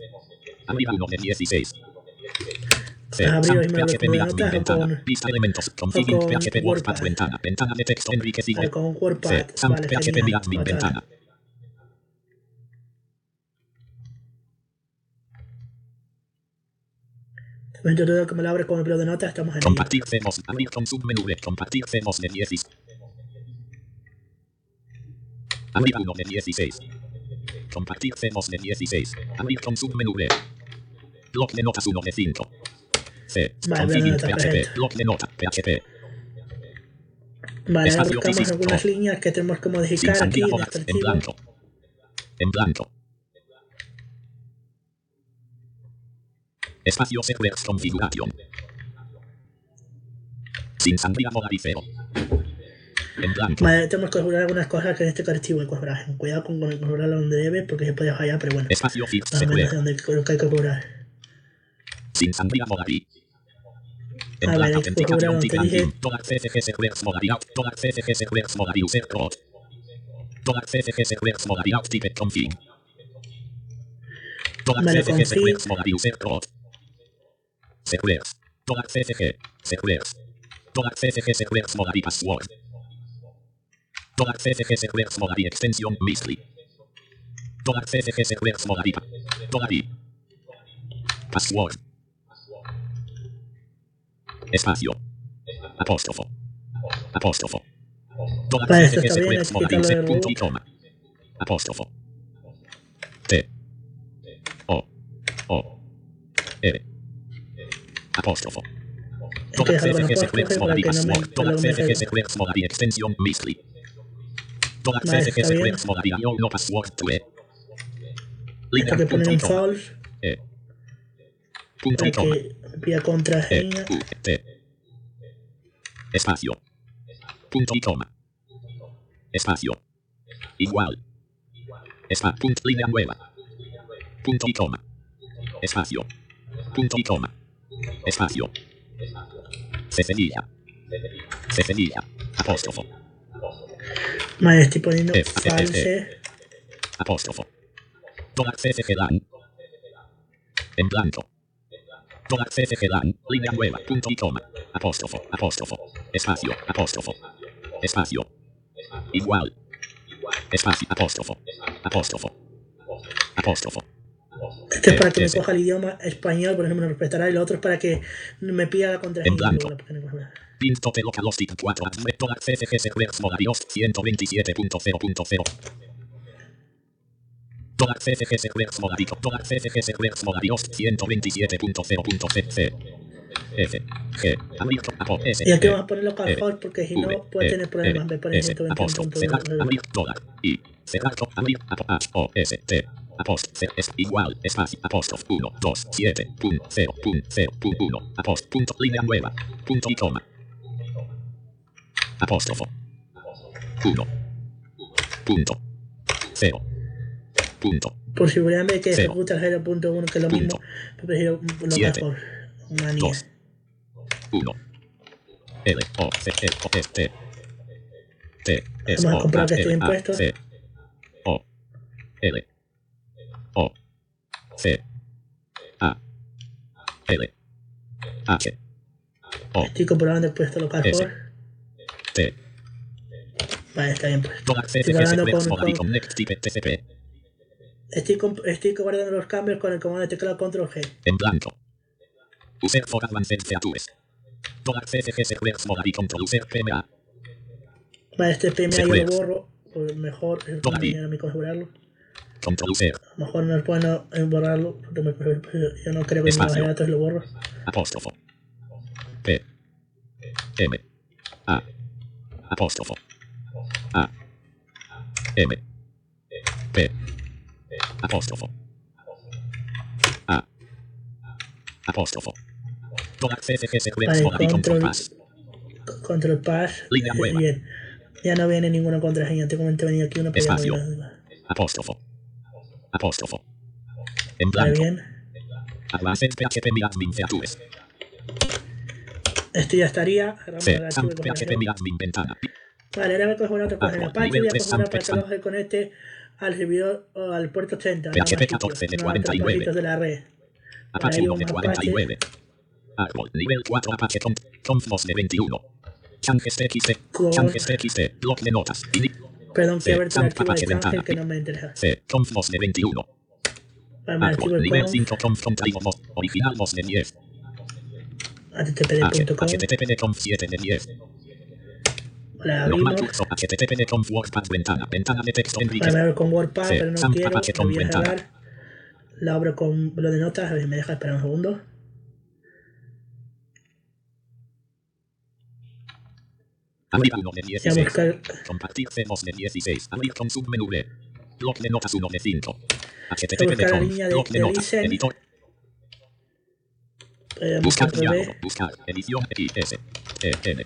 S3: Abrir 1 de 16. C,
S2: Abrir
S3: Sam,
S2: hoy me lo
S3: PHP
S2: voy a
S3: Miadmin
S2: anotar
S3: ventana,
S2: con-
S3: vista elementos, config
S2: con
S3: PHP WordPad
S2: WordPad.
S3: ventana, ventana de texto enriquecido,
S2: Vale, con WordPad.
S3: C, Sam,
S2: Vale,
S3: PHP
S2: genial.
S3: Miadmin
S2: Vamos a ver.
S3: ventana.
S2: Un tutorial que me lo abre con el blog de notas, estamos en ello.
S3: Compartir C2, abrir con submenú de compartir C2 de 16. Abrir 1 de 16. Compartir C2 de 16. Abrir con submenú de. Bloc de notas 1 de 5. C.
S2: Vale,
S3: Config
S2: nota, perfecto.
S3: PHP. Bloc de nota. PHP.
S2: Vale, ahora
S3: espacio
S2: buscamos
S3: físico.
S2: algunas líneas que tenemos que
S3: Sin
S2: modificar aquí
S3: sangría
S2: en
S3: bodas.
S2: este
S3: En
S2: archivo.
S3: blanco. En blanco. Espacio servers configuración. Sin sangría boda y cero. En blanco.
S2: Vale, tenemos que configurar algunas cosas que en este archivo de configuración. Cuidado con con configurarlo donde debe, porque se puede fallar, pero bueno.
S3: Espacio fix
S2: Más o menos
S3: secure.
S2: donde creo que hay que configurar.
S3: Sin sangría modaví. En
S2: Ah,
S3: plan
S2: vale,
S3: autenticación
S2: configurado, te dije.
S3: anti-granting. Dólar CCG servers modaví out. Dólar CCG servers modaví user code. Dólar CCG servers modaví out ticket config. Dólar
S2: Vale,
S3: CCG
S2: config.
S3: servers modaví user code. Servers. Dólar CCG. Servers. Dólar CCG servers modaví password. Dólar CCG servers modaví extensión mystery. Dólar CCG servers modaví. pa- Dólar i. Password. Espacio. Apóstrofo. Apóstrofo. Toda
S2: Vale, esto
S3: clase de
S2: está bien,
S3: secuencias
S2: hay que quitarlo
S3: movibles,
S2: de
S3: punto y
S2: nuevo.
S3: coma. Apóstrofo. T. O. O. R. Apóstrofo.
S2: Empieza con apóstrofe
S3: CFG Secrets for
S2: para que no
S3: Adivas
S2: me-
S3: Word.
S2: para
S3: Toda
S2: que no me
S3: CFG
S2: salga.
S3: Secrets for Adi Extension Mystery. Toda
S2: Vale,
S3: CFG
S2: está bien.
S3: Secrets for Adi All No Password to E.
S2: Esto que ponen en
S3: Liner.com.
S2: false,
S3: E. Punto
S2: Eh. hay
S3: com.
S2: que enviar
S3: E.
S2: contraseña.
S3: U. T. Espacio. Punto y coma. Espacio. Igual. Espa. Punto línea nueva. Punto y coma. Espacio. Punto y coma. Espacio. Cecilia. Cecilia. Apóstrofo.
S2: Vale, estoy poniendo
S3: F, F, eh,
S2: false.
S3: Apóstrofo. Dólar CCG LAN. En blanco. Dólar CCG LAN. Línea nueva. Punto y coma. Apóstrofo. Apóstrofo. Espacio. Apóstrofo. Espacio. Igual. Espacio. Apóstrofo. Apóstrofo. Apóstrofo.
S2: Este es para que me
S3: F.
S2: coja el idioma español, por ejemplo, me respetará. Y lo otro es para que me pida la contraseña.
S3: En blanco.
S2: luego la pone en blanco.
S3: Pinto te localostic 4 admet dólar CCG Secrets Modadios 127.0.0. Dólar CCG Secrets Modadito. Dólar CCG Secrets Modadios 127.0.cc. F. G. Abierto. Apo. S.
S2: Y aquí
S3: E,
S2: vamos a ponerlo
S3: Eh,
S2: false porque si
S3: V,
S2: no puede
S3: E,
S2: tener problemas. Me
S3: R,
S2: pone
S3: S, apóstrofe, cerrar,
S2: 121.
S3: abrir, dólar, I, cerrar, co- abrir, apo- H, O, S, T, apóstrofe, cer- es igual, espacio, apóstrofe, 1, 2, 7, pun, 0, pun, 0, pun, 1, apóstrofe, punto, línea nueva, punto y coma, apóstrofo, 1, punto, 0, punto,
S2: Por si vean de que
S3: Cero.
S2: ejecuta el 0.1, que es lo mismo,
S3: Punto.
S2: pero prefiero lo
S3: Siete.
S2: mejor. Una niña.
S3: Dos. 1, L, O, C, E, O, S, T, T, S,
S2: Vamos a
S3: O,
S2: comprobar
S3: A,
S2: que estoy
S3: L, A,
S2: impuesto.
S3: C, O, L, O, C, A, L, H, O,
S2: Estoy comprobando el puesto local
S3: Ese.
S2: por.
S3: T,
S2: Vale, está bien pues.
S3: dólar
S2: Estoy
S3: CFG,
S2: guardando
S3: Secrets,
S2: con-
S3: Modal y
S2: con-
S3: Connect, Type, TCP,
S2: Estoy, comp- estoy guardando los cambios con el comando de teclado control G.
S3: en blanco. User for Advanced Features. Dólar CFG, Secrets, Modal y Control, User, PMA,
S2: Vale, este PMA yo lo
S3: Secrets.
S2: borro, pues mejor, es
S3: Toma ahí.
S2: no me coge borrarlo.
S3: Control, User,
S2: A lo mejor no es bueno eh, borrarlo, porque me, yo no creo que en mi base
S3: Espacio.
S2: de datos lo borro.
S3: Apóstrofo. P. M. A. Apóstrofo. A. M. P. Apóstrofo. A. Apóstrofo. Dólar CFG Secrets
S2: Vale,
S3: Modal y Control
S2: control.
S3: Pass.
S2: C- Control Pass,
S3: Línea
S2: eh,
S3: nueva.
S2: bien. Ya no viene ninguna contraseña, te comenté venir aquí una pero ya no
S3: Espacio.
S2: viene ninguna.
S3: Apóstrofo. Apóstrofo. En
S2: Vale,
S3: blanco.
S2: bien.
S3: Advanced PHP Mi Admin Features.
S2: Esto ya estaría. Agarramos
S3: C.
S2: la
S3: Sam
S2: archivo de
S3: PHP Mi Admin Ventana.
S2: Vale, ahora voy a coger una otra página.
S3: Arroba,
S2: Apache y
S3: Ah, nivel
S2: voy a
S3: tres,
S2: coger una para
S3: Samtex,
S2: que lo se conecte al servidor o al puerto 80.
S3: PHP 14 de 49.
S2: de la red.
S3: Apache
S2: Ahí
S3: 1 de
S2: vamos,
S3: 49. Árbol, nivel 4 Apache Conf, Conf 2 de 21. Changes XT,
S2: Con-
S3: Changes XT, E, bloc de notas, Ni-
S2: Perdón,
S3: Sí,
S2: quiero ver el
S3: Sam,
S2: archivo
S3: Apache
S2: de Ángel
S3: Ventana.
S2: que no me interesa.
S3: C, Conf 2 de 21.
S2: Vale, me archivo
S3: Árbol,
S2: el
S3: Ah, nivel
S2: conf,
S3: 5 Conf contraído 2, original 2 de 10. H,
S2: httpd.com.
S3: HTTP de Conf 7 de 10.
S2: Vale,
S3: Normal
S2: abrimos.
S3: curso, HTTP de Conf WordPad ventana, ventana de texto
S2: Vale, me
S3: enriquecida.
S2: abro con WordPad,
S3: Sí,
S2: pero no
S3: Sam,
S2: quiero.
S3: Apache
S2: Lo voy a
S3: Conf
S2: cerrar. La abro con lo de notas. A ver si me deja esperar un segundo.
S3: Abrir 1 de
S2: Voy a
S3: 16.
S2: buscar. eh,
S3: Compartir C2 de 16. Abrir con submenú B. Bloc de notas 1 de 5.
S2: Voy a
S3: HTTP de
S2: buscar la
S3: Conf,
S2: línea de-
S3: bloc de
S2: de
S3: notas,
S2: listen.
S3: editor.
S2: Eh,
S3: Buscar
S2: otra vez.
S3: diálogo, buscar, edición XS, EN.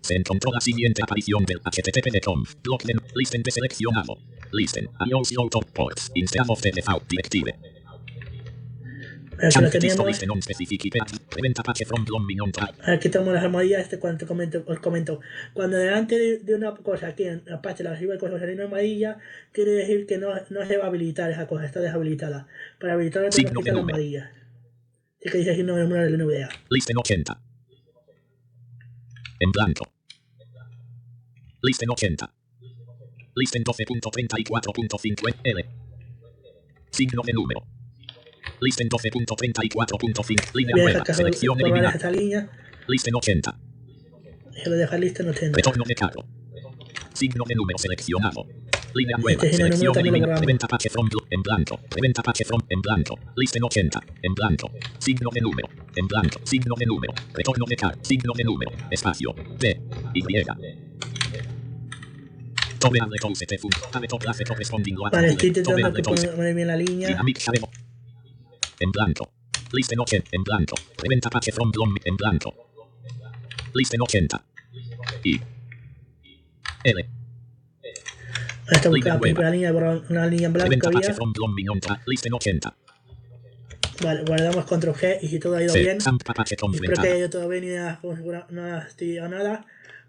S3: Se encontró la siguiente aparición del HTTP de conf, block de listen deseleccionado. Listen, announce your top ports, instead of the default directive.
S2: Vale, que lo
S3: Change to
S2: tenemos.
S3: listen on specific IP address, prevent apache from blowing on track.
S2: Aquí tomo las almohadillas, este cuando te comento, os comento. Cuando delante de, de una cosa aquí en Apache la recibe con una almohadilla, quiere decir que no, no se va a habilitar esa cosa, está deshabilitada. Para habilitarla tenemos que
S3: Signo
S2: quitar la
S3: NV.
S2: almohadilla. Así que dice signo de número de NVDA.
S3: Listen 80. En blanco. Listen 80. Listen 12.34.5 L. Signo de número. Listen 12.34.5 línea
S2: Voy a dejar
S3: nueva.
S2: que
S3: Selección
S2: borrar
S3: eliminar.
S2: esta línea
S3: Listen 80.
S2: y se lo deja listo en 80.
S3: Retorno de cargo. Signo de número seleccionado. Línea nueva.
S2: Este signo de número
S3: Selección
S2: también lo
S3: eliminar.
S2: borramos.
S3: Preventa patch from blo- en blanco. Preventa patch from en blanco. Listen 80. En blanco. Signo de número. en blanco, signo de número, retorno de car, signo de número, espacio, T, Y. Tobe al leton CT fun, a leton clase correspondiendo a
S2: Vale, estoy
S3: Tobe, tobe
S2: intentando
S3: al
S2: que
S3: leton
S2: ponga- poner bien la línea.
S3: Dynamic Sharemo. En blanco. Listen 80. En blanco. Preventa Pache from Blom. En blanco. Listen 80. Y. L.
S2: Esta
S3: Línea
S2: buscaba
S3: nueva.
S2: una línea, bro- una línea en blanco que
S3: Preventa Pache
S2: había.
S3: from Blom. Minonta. Listen 80.
S2: Vale, guardamos control G y si todo ha ido
S3: C.
S2: bien.
S3: Samp Pache from
S2: Espero que
S3: Ventana.
S2: haya ido todo bien y nada, configura- nada, estoy a nada.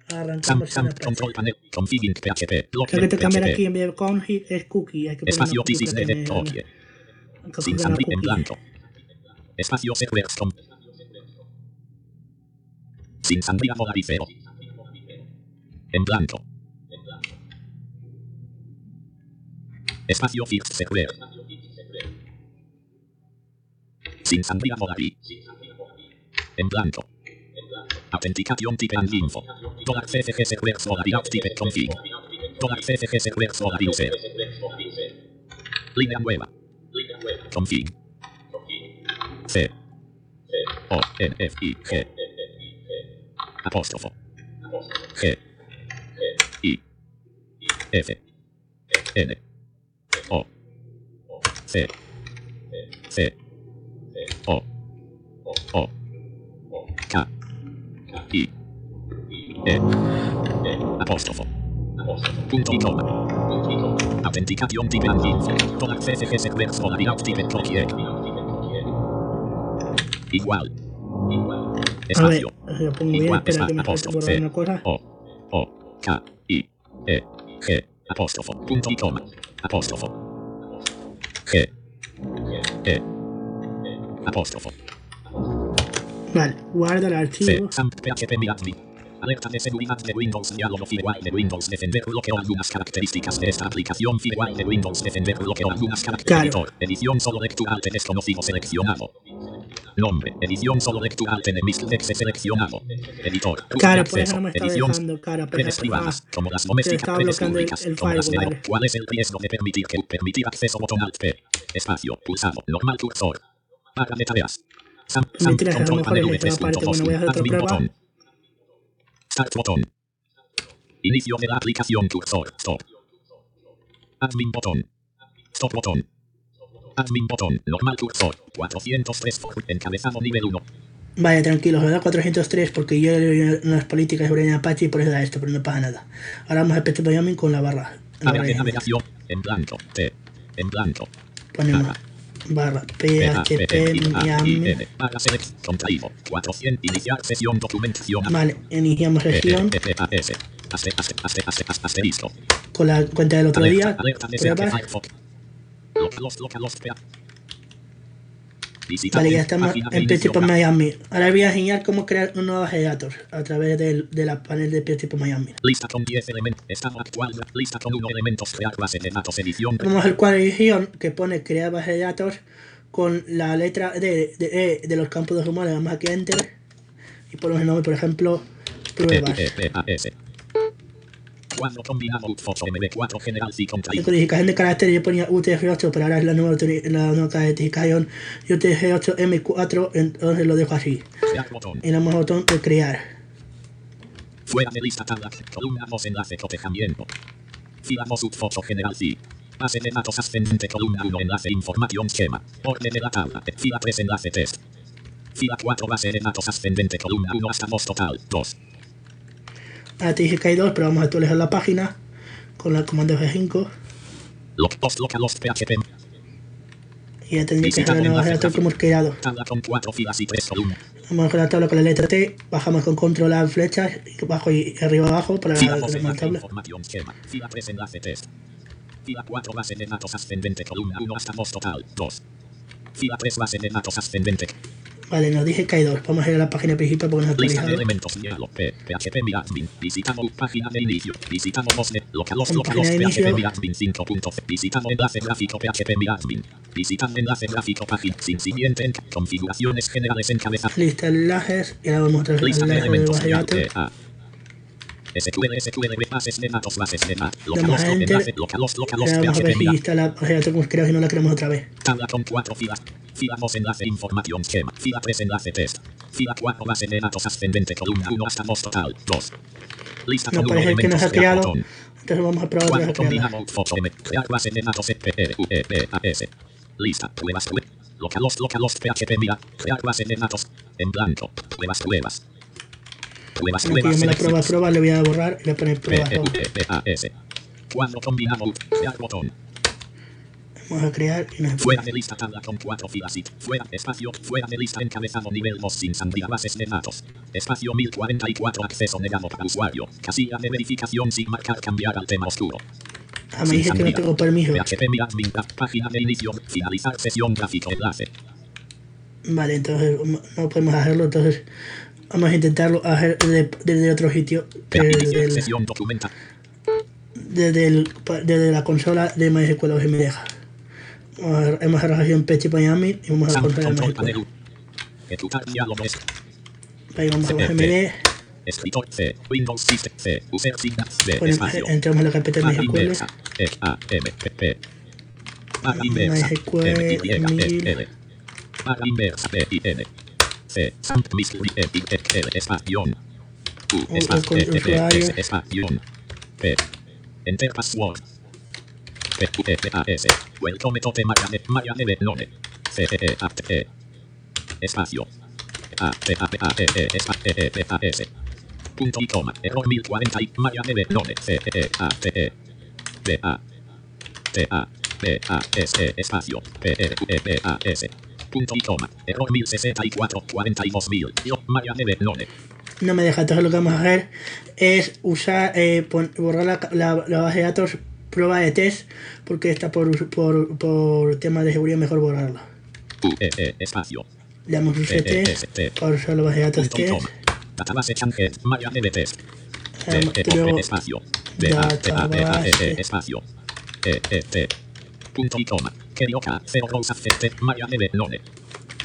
S3: Samp
S2: Arrancamos en el
S3: Samp Control Panel. Configuring PHP. Block
S2: Lo que te cambian aquí
S3: PHP.
S2: en vez de config es cookie. Hay que poner
S3: Espacio
S2: una cookie
S3: Tisis de
S2: también, ¿no?
S3: Tokie.
S2: Hay que
S3: Sin
S2: poner una
S3: Sanri. En
S2: cookie.
S3: blanco. Espacio Servers from. Sin sangría voladicero. En blanco. Espacio Fixed Server. Sin sangría voladí. En blanco. Autenticación type and info. Dólar CCG Servers voladí out type config. Dólar CCG Servers voladí user. Línea nueva. Config. C. O. N. F. I. G. Apóstrofo. G. I. F. N. O. C. C. O. O. K. I. E. Apóstrofo. Punto y coma. Autenticación tipo info. Toda CCG servers o layout tipo copie. Igual.
S2: A ver,
S3: Espacio.
S2: lo pongo bien,
S3: Igual,
S2: espera
S3: espacio,
S2: que me falte
S3: apóstrofo,
S2: borrar
S3: C,
S2: una cosa.
S3: O, O, K, I, E, G, apóstrofo, punto y coma, apóstrofo, G, E, apóstrofo,
S2: Vale, guarda el
S3: C,
S2: archivo.
S3: SAMP, PHP, MIATLI. Alerta de seguridad de Windows, diálogo firewall de Windows, defender bloqueo algunas características de esta aplicación firewall de Windows, defender bloqueo algunas
S2: Claro.
S3: características, editor, edición solo lectura alt desconocido seleccionado. Nombre, edición solo lectura alt enemies text seleccionado. Editor,
S2: Cara, por eso
S3: acceso,
S2: no me está
S3: edición
S2: dejando, cara, ah. pero
S3: Redes privadas, como las domésticas,
S2: estaba
S3: redes
S2: bloqueando el-
S3: públicas,
S2: el
S3: como las de la-
S2: firewall.
S3: ¿Cuál es el riesgo de permitir que permitir acceso botón alt P? Espacio, pulsado, normal cursor. Barra de tareas. Sam, sam,
S2: Mentiras, a lo
S3: control
S2: mejor
S3: panel
S2: es
S3: V
S2: esta la parte. Bueno, voy a hacer otra
S3: admin
S2: prueba.
S3: botón. Start botón. Inicio de la aplicación cursor, stop. Admin botón. Stop botón. Admin botón, normal cursor, 403, encabezado nivel 1.
S2: Vale, tranquilos, me da 403 porque yo leí unas políticas sobre el Apache y por eso da esto, pero no pasa nada. Ahora vamos a PT Wyoming con la barra. la
S3: Área de
S2: barra.
S3: navegación, en blanco, T, en blanco,
S2: Ponemos barra PHP Miami.
S3: Para select, contraído, 400, iniciar sesión documentación.
S2: Vale, iniciamos sesión
S3: PPAS, aste- aste- aste- aste- aste- asterisco.
S2: con la cuenta del otro
S3: Alerta,
S2: día.
S3: alerta de
S2: Prueba.
S3: Firefox. Los, los, los, los, pea- Visita
S2: Vale, ya
S3: en
S2: estamos
S3: página de
S2: en
S3: inicio,
S2: PHP Miami. Ahora voy a enseñar cómo crear una nueva base de datos a través del, de la panel de PHP Miami.
S3: Lista con 10 elementos, estado actual, lista con 1 elementos, crear base de datos, edición,
S2: Vamos al cuadro de edición que pone crear base de datos con la letra D de, E de los campos de humor. Le damos aquí a Enter y ponemos el nombre, por ejemplo, pruebas.
S3: Eh, PPAS. Cuadro combinado, Fox MD4 general, sí,
S2: De
S3: contraído.
S2: codificación de caracteres yo ponía UTF-8, pero ahora es la nueva, autori- la nueva codificación UTF-8M4, entonces lo dejo así.
S3: Crear botón.
S2: Y le damos al botón de crear.
S3: Fuera de lista tabla, columna 2 enlace cotejamiento. Fila 2 subfoto general sí. Base de datos ascendente columna 1 enlace información schema. Orden de la tabla, fila 3 enlace test. Fila 4 base de datos ascendente columna 1 hasta 2 total, 2.
S2: Ahora te dije que hay dos, pero vamos a actualizar la página con la comando F5.
S3: Log post localhost PHP.
S2: Y ya tendría que
S3: Visita
S2: ser la nueva base de
S3: enlace
S2: datos que hemos creado.
S3: Tabla con 4 filas y 3 columnas.
S2: Vamos con la tabla con la letra T, bajamos con control A flechas, abajo y arriba abajo para
S3: Fila
S2: la
S3: 2
S2: la
S3: enlace
S2: tabla.
S3: información schema. Fila 3 enlace test. Fila 4 base de datos ascendente columna 1 hasta 2 total, 2. Fila 3 base de datos ascendente.
S2: Vale, nos dije que hay dos. Vamos a ir a la página principal porque nos ha
S3: Lista de
S2: actualizado.
S3: elementos diálogo P, PHP Mi Admin, visitamos página de inicio, visitamos e- Mosle, localos,
S2: En
S3: localos,
S2: página de
S3: PHP
S2: inicio.
S3: Mi Admin 5.0, visitamos enlace gráfico PHP Mi Admin, visitamos enlace gráfico página sin siguiente, en- configuraciones generales en cabeza,
S2: Lista de enlaces y ahora vamos a mostrar el
S3: lista de
S2: enlace de
S3: elementos eh, ah.
S2: base de
S3: diálogo
S2: datos.
S3: P, A, SQL, SQL, bases de datos, bases de datos.
S2: Damos
S3: Localhost,
S2: a
S3: enlace,
S2: enter.
S3: localhost, localhost,
S2: Ahora vamos a ver si
S3: PHP,
S2: está la ojea como creo y no la creamos otra vez.
S3: Tabla con cuatro filas. Fila 2 enlace información schema. Fila 3 enlace test. Fila 4 base de datos ascendente columna 1 hasta 2 total. 2. Lista
S2: No
S3: con
S2: parece que nos
S3: elementos
S2: ha
S3: crear
S2: creado.
S3: botón.
S2: Entonces vamos a probar otra vez
S3: 4
S2: a crearla.
S3: combinamos foto M. Crear base de datos E, EPRUEPAS. Lista pruebas web. Localhost localhost PHP mira. Crear base de datos. En blanco. Pruebas pruebas. Pruebas
S2: Bueno, aquí yo
S3: pruebas.
S2: me la prueba,
S3: selección. E,
S2: prueba, le voy a borrar y le voy a poner prueba. dos.
S3: PRUEPAS. Cuando combinamos. Crear botón.
S2: Vamos a crear y nos
S3: Fuera de lista tabla con cuatro filas y fuera espacio fuera de lista encabezado nivel 2 sin sangría bases de datos. Espacio 1044 acceso negado para usuario. Casilla de verificación sin marcar cambiar al tema oscuro.
S2: Ah, me dice que no tengo permiso.
S3: PHP Mira admin tab, página de inicio, finalizar sesión gráfico enlace.
S2: Eh, Vale, entonces no- no podemos hacerlo, entonces vamos a intentarlo hacer de- desde otro sitio, que desde,
S3: Iniciar
S2: el-
S3: sesión documenta.
S2: desde el- pa- desde la consola de MySQL o si me deja. Vamos a ver, Hemos arrojado en PHP Miami y vamos a la
S3: Sound
S2: consola de
S3: control
S2: MySQL.
S3: panel. Ejecutar diálogos.
S2: Ahí
S3: Este,
S2: vamos a GMD,
S3: Escritor C. Windows System C. User Signals C.
S2: ponemos-
S3: Espacio.
S2: entramos en la carpeta de
S3: Barra
S2: MySQL,
S3: inversa. E A M P P. Barra inversa.
S2: MySQL,
S3: M Y E
S2: mil.
S3: L. Barra inversa E I N. C. Sound Mystery E I E L espación. U
S2: Un-
S3: espacio
S2: un
S3: E E E
S2: usuario.
S3: S espación. P. Eh, Enter password. P U E P A S. Welcome to the Marianne Marianne None. eh, C E E A T E. Espacio. A T A P A E E S A- E E P A S. Punto y coma. Error 1040 y Marianne None. C E E A T E. P A T A P A S E espacio P R U E P A S punto y coma error 1064 42000 yo María Neve None
S2: no me deja, entonces lo que vamos a hacer es usar, eh, pon- borrar la, la- la base de datos prueba de test, porque está por, us- por, por tema de seguridad mejor borrarla.
S3: U E E espacio
S2: Le damos un
S3: T E S
S2: CT,
S3: T
S2: ahora solo base de datos
S3: punto y
S2: test,
S3: coma database change María Neve test T
S2: em,
S3: E O
S2: luego
S3: E espacio D A T A P A E E
S2: database.
S3: espacio E E T punto y coma Kerioka 0 Rosa Fete María Neve None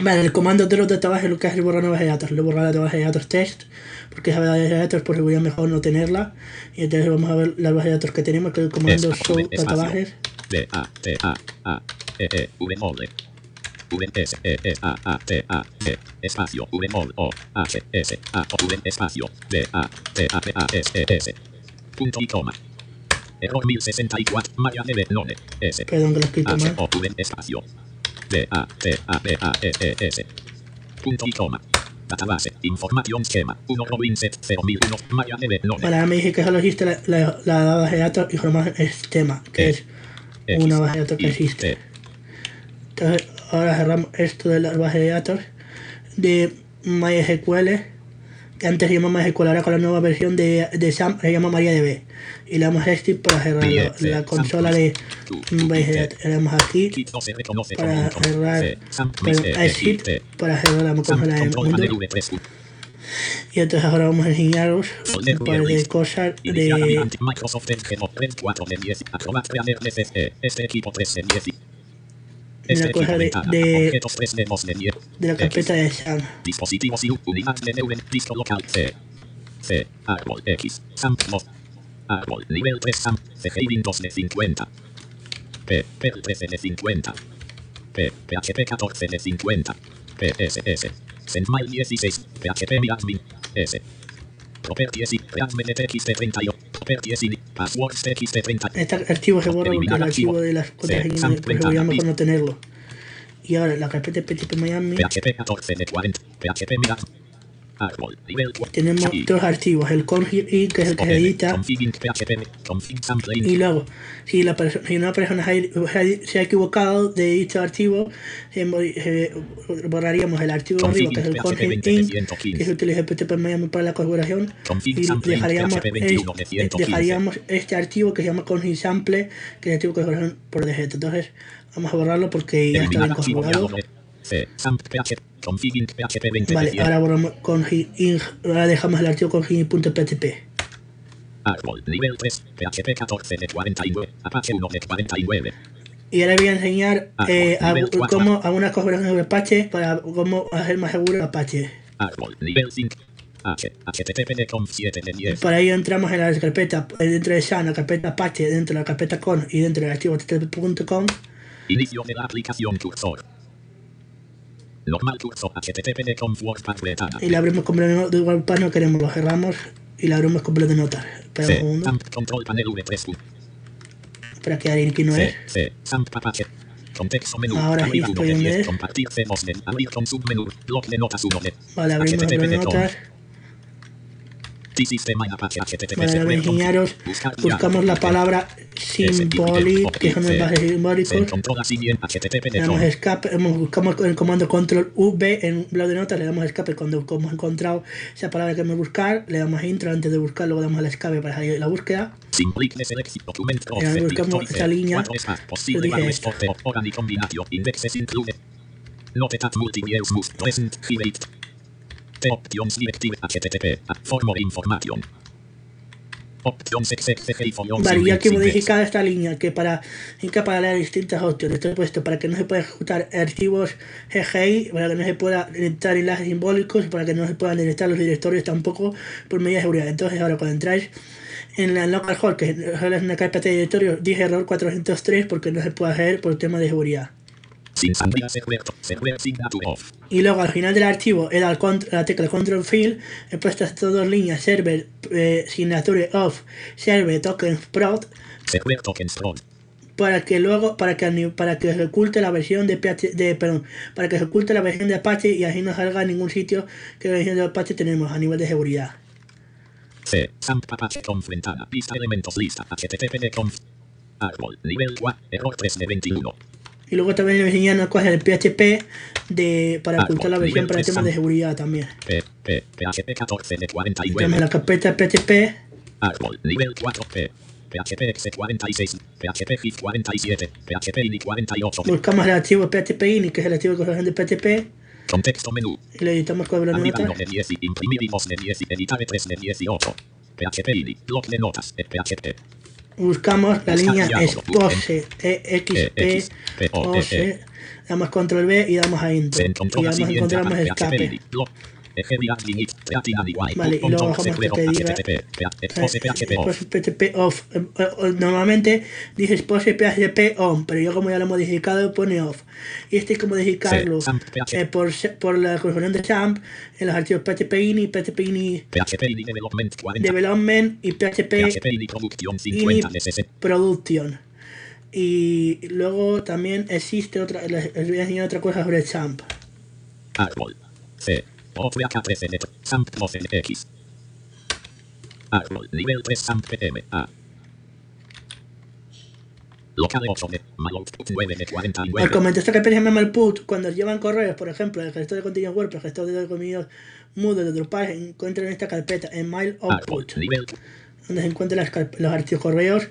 S2: Vale, el comando de los databases lo que hace es borrar nuevas de datos. Lo borrar la base de datos test, porque esa base de datos por seguridad mejor no tenerla. Y entonces vamos a ver las bases de datos que tenemos, que el comando
S3: Espacio,
S2: show
S3: espacio.
S2: databases.
S3: D A T A A E E V mole. V S E E A A T A D espacio V mol O H S A O V espacio D A T A P A S E S punto y coma. Error 1064 María Neve None S
S2: Perdón que lo he escrito
S3: H
S2: mal.
S3: O V espacio D A T A P A S E S punto y coma. Database información schema 1 Robin set 001 María Neve None
S2: Vale, ahora me dije que solo existe la, la- la base de datos y jamás es tema, que es
S3: Eh, X,
S2: una base de datos que
S3: Y,
S2: existe.
S3: T.
S2: Entonces, ahora cerramos esto de las bases de datos de MySQL, que antes se llamaba MySQL, ahora con la nueva versión de, de SAM se llama MariaDB. Y le damos a Exit para cerrar la,
S3: Sí,
S2: la
S3: sí,
S2: consola
S3: sí.
S2: de
S3: Tú, tú,
S2: bases de
S3: tú,
S2: datos. Le damos aquí
S3: Kit no se reconoce
S2: Para
S3: como un control.
S2: cerrar,
S3: C, Sam,
S2: pero
S3: Mr.
S2: a Exit
S3: Exit,
S2: para cerrar la
S3: eh, Sam,
S2: consola de
S3: control panel
S2: mundo.
S3: V3,
S2: Y entonces ahora vamos a enseñaros
S3: Folder
S2: un par de
S3: Release.
S2: cosas
S3: Iniciar
S2: de
S3: variante Microsoft Edge Mod 3, 4 de 10, Acrobat Reader DCE, este equipo 3 de 10. Este
S2: Una cosa
S3: equipo
S2: de-
S3: ventana,
S2: de-
S3: objetos 3 de 2 de 10.
S2: de la
S3: X,
S2: carpeta de SAM.
S3: Dispositivos y unidad de Neuren, disco local C. C, árbol X, Sam Mod. Árbol nivel 3 Sam, CGI Windows de 50. P, PEL 13 de 50. P, PHP 14 de 50. PSS. Sendmail 16. PHP Miradmin. S. Properties y Readme de TXT 31. Properties y Passwords TXT 30.
S2: Este archivo se borra porque
S3: Eliminar
S2: el archivo
S3: archivo.
S2: de las cuentas
S3: Sí,
S2: aquí
S3: Sam,
S2: por seguridad
S3: ventana,
S2: mejor
S3: lista.
S2: no tenerlo. Y ahora la carpeta de PTP Miami.
S3: PHP 14 de 40. PHP Miradmin. Árbol nivel 4.
S2: tenemos dos archivos, el config y que es el que se edita,
S3: Config PHP. Config Sampling.
S2: y luego, si, la perso- si una persona se ha- se ha equivocado de dicho archivo, se mo- se- borraríamos el archivo de arriba, que es el
S3: Config
S2: config
S3: PHP
S2: in,
S3: 2015.
S2: que se utiliza este el PTP Miami para la configuración,
S3: Config
S2: y
S3: sample in
S2: dejaríamos,
S3: PHP
S2: es-
S3: 21.915.
S2: dejaríamos este archivo que se llama config sample, que es el archivo que configuración por defecto. Entonces, vamos a borrarlo porque ya está
S3: Eliminar
S2: bien
S3: archivo
S2: configurado.
S3: diálogo. C. Samp PHP. Config PHP 20.
S2: Vale, ahora borramos config in, ahora dejamos el archivo config.ptp.
S3: Árbol nivel 3. PHP 14 de 49. Apache 1 de 49.
S2: Y ahora voy a enseñar
S3: Ah,
S2: eh, a-
S3: nivel cuatro.
S2: cómo algunas configuraciones de Apache para cómo hacer más seguro el Apache.
S3: Árbol nivel 5. H, http conf 7 de 10.
S2: Para ello entramos en la carpeta, eh, dentro de SAN, la carpeta Apache, dentro de la carpeta con y dentro del archivo http.com.
S3: Inicio de la aplicación cursor. Normal curso http de conf WordPad bretana.
S2: Y la abrimos con bloque de WordPress, no queremos, lo cerramos y la abrimos con bloque de notas. Espera un
S3: C,
S2: segundo,
S3: amp control panel V3.
S2: espera que alguien aquí no es.
S3: C, C, amp apache. Contexto menú.
S2: Ahora
S3: abrir
S2: sí
S3: uno
S2: estoy
S3: de
S2: en
S3: 10,
S2: él.
S3: Compartir C2 de abrir con submenú. Blog de notas 1 de.
S2: Vale, abrimos el bloque de
S3: http
S2: notas.
S3: T sistema de apache http.
S2: Vale, ahora, ingenieros, buscamos la palabra symbolic, que son envases
S3: Se
S2: simbólicos.
S3: controla siguiente http
S2: Le
S3: de
S2: damos
S3: con.
S2: escape, hemos- buscamos el comando control V en un blog de notas, le damos escape cuando como hemos encontrado esa palabra que queremos buscar, le damos intro antes de buscar, luego damos al escape para salir de la búsqueda.
S3: Sin clic de select document
S2: Ya
S3: offset
S2: Eh, buscamos
S3: victorice,
S2: esa línea.
S3: cuatro espacios, posible
S2: dije
S3: value
S2: esta.
S3: sorteo, organ y combinatio, indexes include. Notetat multiviews move present hybrid. The options directive http, a form of information. Options exegge for your
S2: Vale, y aquí
S3: index.
S2: modificada esta línea que para indica para las distintas opciones. Esto he puesto para que no se pueda ejecutar archivos GGI, para que no se pueda editar enlaces simbólicos, para que no se puedan editar los directorios tampoco por medida de seguridad. Entonces, ahora cuando entráis en la localhost, que es una carpeta de directorios, dije error 403 porque no se puede hacer por tema de seguridad.
S3: Sin sangría server, server signature off.
S2: Y luego al final del archivo he dado al cont- la tecla control field, he puesto estas dos líneas, server eh, signature of, server token prod,
S3: Server tokens roll.
S2: para que luego, para que ani- para que se oculte la versión de, PH de perdón, para que se oculte la versión de Apache y así no salga en ningún sitio que la versión de Apache tenemos a nivel de seguridad.
S3: C. Samp Apache Conf ventana. Pista elementos lista. HTTP de conf. Árbol. Nivel 4. Error 3 de 21.
S2: Y luego también le enseñan una cosa del PHP de, para
S3: Ah,
S2: ocultar la
S3: nivel
S2: versión para
S3: tres,
S2: temas de
S3: Sam.
S2: seguridad también.
S3: P. P. PHP 14 de
S2: Tenemos
S3: 49.
S2: la carpeta PHP,
S3: Árbol. Nivel 4. P. PHP exe 46. PHP GIF 47. PHP INI 48.
S2: buscamos el archivo PHP ini, que es el archivo de corrección de PHP,
S3: Contexto menú.
S2: y lo editamos con la
S3: Arriba
S2: nota.
S3: 1 de 10 y imprimir y 2 de 10 y editar 3 de 18. PHP INI. Blog de notas. eh, PHP.
S2: Buscamos la
S3: Busca
S2: línea
S3: diálogo,
S2: expose,
S3: E, X, P, O, E,
S2: EXP,
S3: E.
S2: damos control B y damos a intro.
S3: Se
S2: Y
S3: encontró la
S2: damos
S3: siguiente
S2: encontramos
S3: parte,
S2: escape.
S3: HTML, blog, eje de Admin, Creative API,
S2: Vale, y luego
S3: punto,
S2: bajamos
S3: secrero,
S2: que te diga,
S3: HTTP, expose PHP off.
S2: Expose PHP off. Eh, eh, eh, Normalmente dice expose PHP on, pero yo como ya lo he modificado pone off. Y este hay que modificarlo
S3: Sí, SAMP PHP.
S2: eh, por, se- por la corrección de SAMP en los archivos PHP ini, PHP ini
S3: PHP y Development 40,
S2: development y PHP
S3: PHP y Production
S2: ini
S3: 50 DSS,
S2: production. Y luego también existe otra, les les voy a enseñar otra cosa sobre SAMP.
S3: árbol, C, ofre acá 13 de SAMP 12 de X, árbol, nivel 3 SAMP PM, A, local 8 de Maloutput 9 de
S2: Al
S3: 49,
S2: comentar esta carpeta llama el put, cuando llevan correos, por ejemplo, el gestor de contenidos WordPress, el gestor de contenidos Moodle de Drupal, encuentran esta carpeta en Mail
S3: árbol,
S2: Output,
S3: nivel
S2: donde se encuentran las carpe- los archivos correos,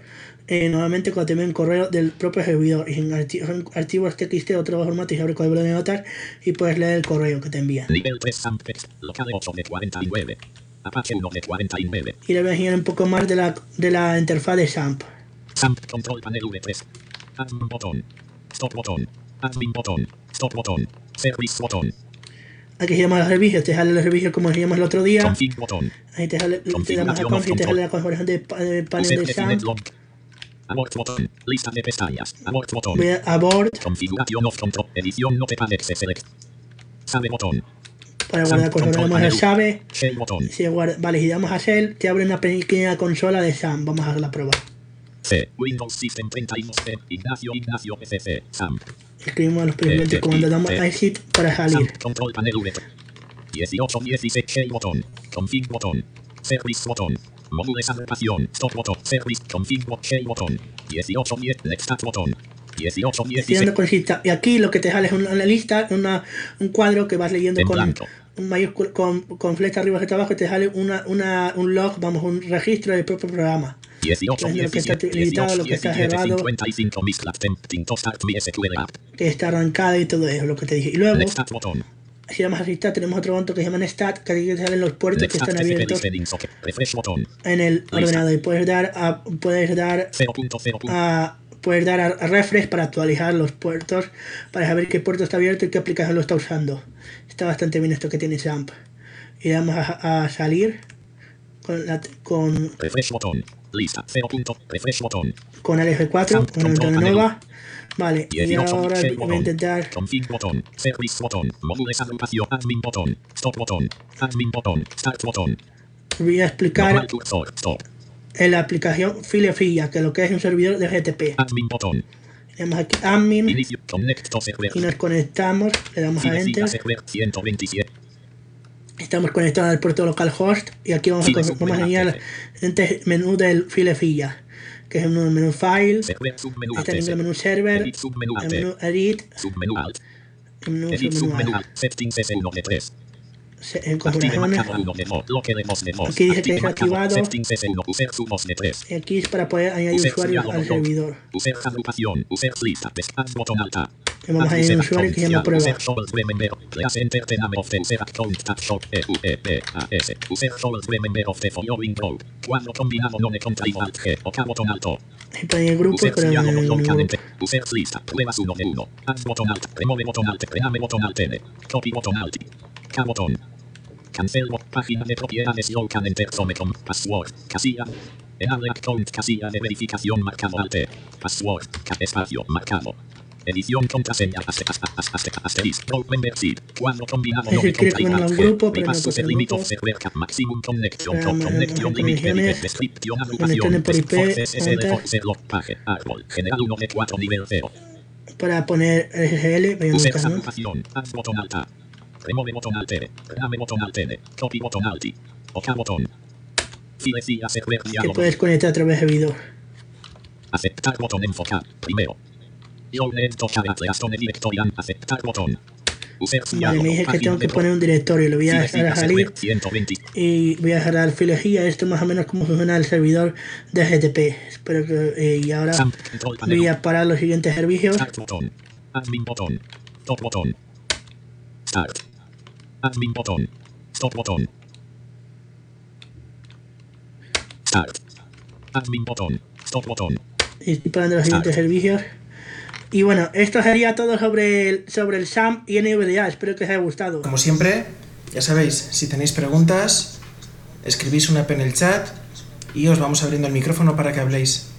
S2: eh, normalmente cuando te envían correo del propio servidor, y en archi- son archivos TXT o otros formatos, y abre con el bloc de notas y puedes leer el correo que te envían.
S3: Nivel 3 Sampex, local 8 de 49. Apache 1 de 49.
S2: Y le voy a enseñar un poco más de la, de la interfaz de SAMP.
S3: Samp control panel V3. Admin botón. Stop botón. Admin botón. Stop botón. Service botón.
S2: Aquí se llaman los servicios, te salen los servicios como decíamos el otro día,
S3: Config botón.
S2: ahí te sale, te damos a
S3: Configuración
S2: config, te
S3: off
S2: sale la configuración de, pa- de panel
S3: User
S2: de
S3: defined
S2: SAMP,
S3: log. Abort botón. Lista de pestañas. Abort botón.
S2: voy a abort,
S3: Configuración of control. Edición notepad exe select. Save botón.
S2: para guardar
S3: Samp
S2: cuando le damos
S3: control
S2: al
S3: panel.
S2: save,
S3: Shell botón.
S2: se guarda- vale, si damos a Shell, te abre una pequeña consola de SAM, vamos a hacer la prueba.
S3: C. Windows System 32. C. Ignacio Ignacio PCC. Samp.
S2: Escribimos los primeros
S3: Eh, eh,
S2: comandos,
S3: y-
S2: damos
S3: eh.
S2: exit para salir.
S3: Samp control panel V. 18, 16, shell botón. Config botón. Service botón. Módulos agrupación. Stop botón. Service. Config botón. Shell botón. 18, 10. Next act botón. 18,
S2: Estoy
S3: 16.
S2: dando con cita. Y aquí lo que te sale es una, una lista, una, un cuadro que vas leyendo
S3: En
S2: con
S3: blanco.
S2: un mayúsculo, con, con flecha arriba hacia abajo y te sale una, una, un log, vamos, un registro del propio programa.
S3: 18,
S2: Pues lo que está
S3: 17,
S2: habilitado,
S3: 18,
S2: lo que está
S3: 17,
S2: cerrado.
S3: 55, Miss Laptem, Tinto Start, Mi SQL App,
S2: Que está arrancada y todo eso, lo que te dije. Y luego,
S3: Next Act botón,
S2: si damos a Stat, tenemos otro botón que se llama Stat, que aquí te salen los puertos que
S3: Next Act
S2: están
S3: FP
S2: abiertos
S3: Listening Socket, Refresh botón,
S2: en el ordenador. Y puedes dar a, puedes dar
S3: 0.0.
S2: a poder dar a, a refresh para actualizar los puertos, para saber qué puerto está abierto y qué aplicación lo está usando. Está bastante bien esto que tiene Jump. y le damos a, a salir con, la, con,
S3: Refresh botón. Lista. 0. Punto. Refresh botón.
S2: con el F4, con el
S3: Control
S2: de
S3: panel.
S2: nueva. Vale, y
S3: 18.
S2: ahora
S3: Share
S2: voy a
S3: botón.
S2: intentar
S3: Config botón. Service botón. Módulos agrupación. Admin botón. Stop botón. Admin botón. Start botón.
S2: voy a
S3: Normal
S2: explicar
S3: cursor. Stop.
S2: en la aplicación Filefilla, que lo que es un servidor de GTP.
S3: Admin botón.
S2: Tenemos aquí admin
S3: Inicio. Connect to server.
S2: Mm. y nos conectamos, le damos a
S3: Cine cita
S2: enter.
S3: server 127.
S2: Estamos conectados al puerto localhost y aquí vamos a,
S3: Cine
S2: co- vamos a enseñar el menú del Filefilla, que es un menú file,
S3: Server
S2: ahí
S3: submenú alt.
S2: tenemos Este el menú server,
S3: Edit submenú
S2: el
S3: alt.
S2: menú edit,
S3: Submenú alt.
S2: el menú
S3: Edit submenú
S2: submenú
S3: alt. Settings es 1 de 3.
S2: se- en
S3: Active
S2: combinaciones.
S3: marcador 1 de voz. Bloque de voz de voz.
S2: Aquí dice que
S3: Active
S2: es
S3: marcador.
S2: activado.
S3: Settings es 1. User su voz de 3.
S2: Y aquí es para poder añadir
S3: User
S2: usuarios
S3: diálogo
S2: al
S3: con-
S2: servidor.
S3: User agrupación. User lista. Despatch botón alta.
S2: Y vamos a añadir un usuario que se llama prueba.
S3: User Soul Remember, Class Enter the name of the user account tab shop, E, E-U-E-P-A-S. User Soul Remember of the following road. Cuadro combinado non control alt G, o K botón alto.
S2: Se pone en grupo,
S3: User
S2: pero en
S3: diálogo
S2: el
S3: con
S2: grupo.
S3: cadente. User lista, pruebas 1 de 1. Add botón alt, remove botón alt, rename botón alt N. Copy botón alt. K botón. Cancel bot- página de propiedades y can enter Somecom. Password, casilla. Enable account, casilla de verificación marcado alt. E. Password, ca- espacio, marcado. Edición contraseña, aste- aste- aste- aste- asterisco, row membership, cuadro combinado
S2: Es
S3: no
S2: decir, quiere que
S3: container,
S2: ponga un
S3: G,
S2: grupo, pero
S3: bypass
S2: no
S3: user
S2: pone
S3: limit of
S2: grupos.
S3: server cap, maximum connection,
S2: Ah,
S3: co-
S2: bueno,
S3: connection
S2: bueno,
S3: limit,
S2: conexiones.
S3: edit description,
S2: Conexiones
S3: agrupación,
S2: por IP,
S3: forces, SL,
S2: enter.
S3: force, log, page, árbol, general 1 de 4, nivel 0.
S2: Para poner SSL, voy a
S3: User
S2: buscar, este ¿no?
S3: agrupación, haz botón alta. Remove botón altere, grave botón altere, copy botón alti, OK botón. Files y server
S2: Que
S3: diálogo.
S2: puedes conectar a través de servidor.
S3: Aceptar botón enfocar. Primero. Yo esto charate hasta el directorio. Aceptar botón. User
S2: Vale,
S3: diálogo.
S2: me dije que
S3: página
S2: tengo
S3: de
S2: que poner un directorio, lo voy a
S3: Files y
S2: dejar a salir.
S3: server 120.
S2: y voy a agarrar filología, esto más o menos como funciona el servidor de GTP. Espero que eh, y ahora
S3: Sam, control
S2: voy
S3: panel.
S2: a parar los siguientes servicios.
S3: Start botón. Admin botón. Top botón. Start. Admin botón. Stop botón. Start. Admin botón. Stop botón.
S2: Y estoy parando los siguientes servicios. Y bueno, esto sería todo sobre el, sobre el SAM y NVDA. Espero que os haya gustado.
S4: Como siempre, ya sabéis, si tenéis preguntas, escribís una P en el chat y os vamos abriendo el micrófono para que habléis.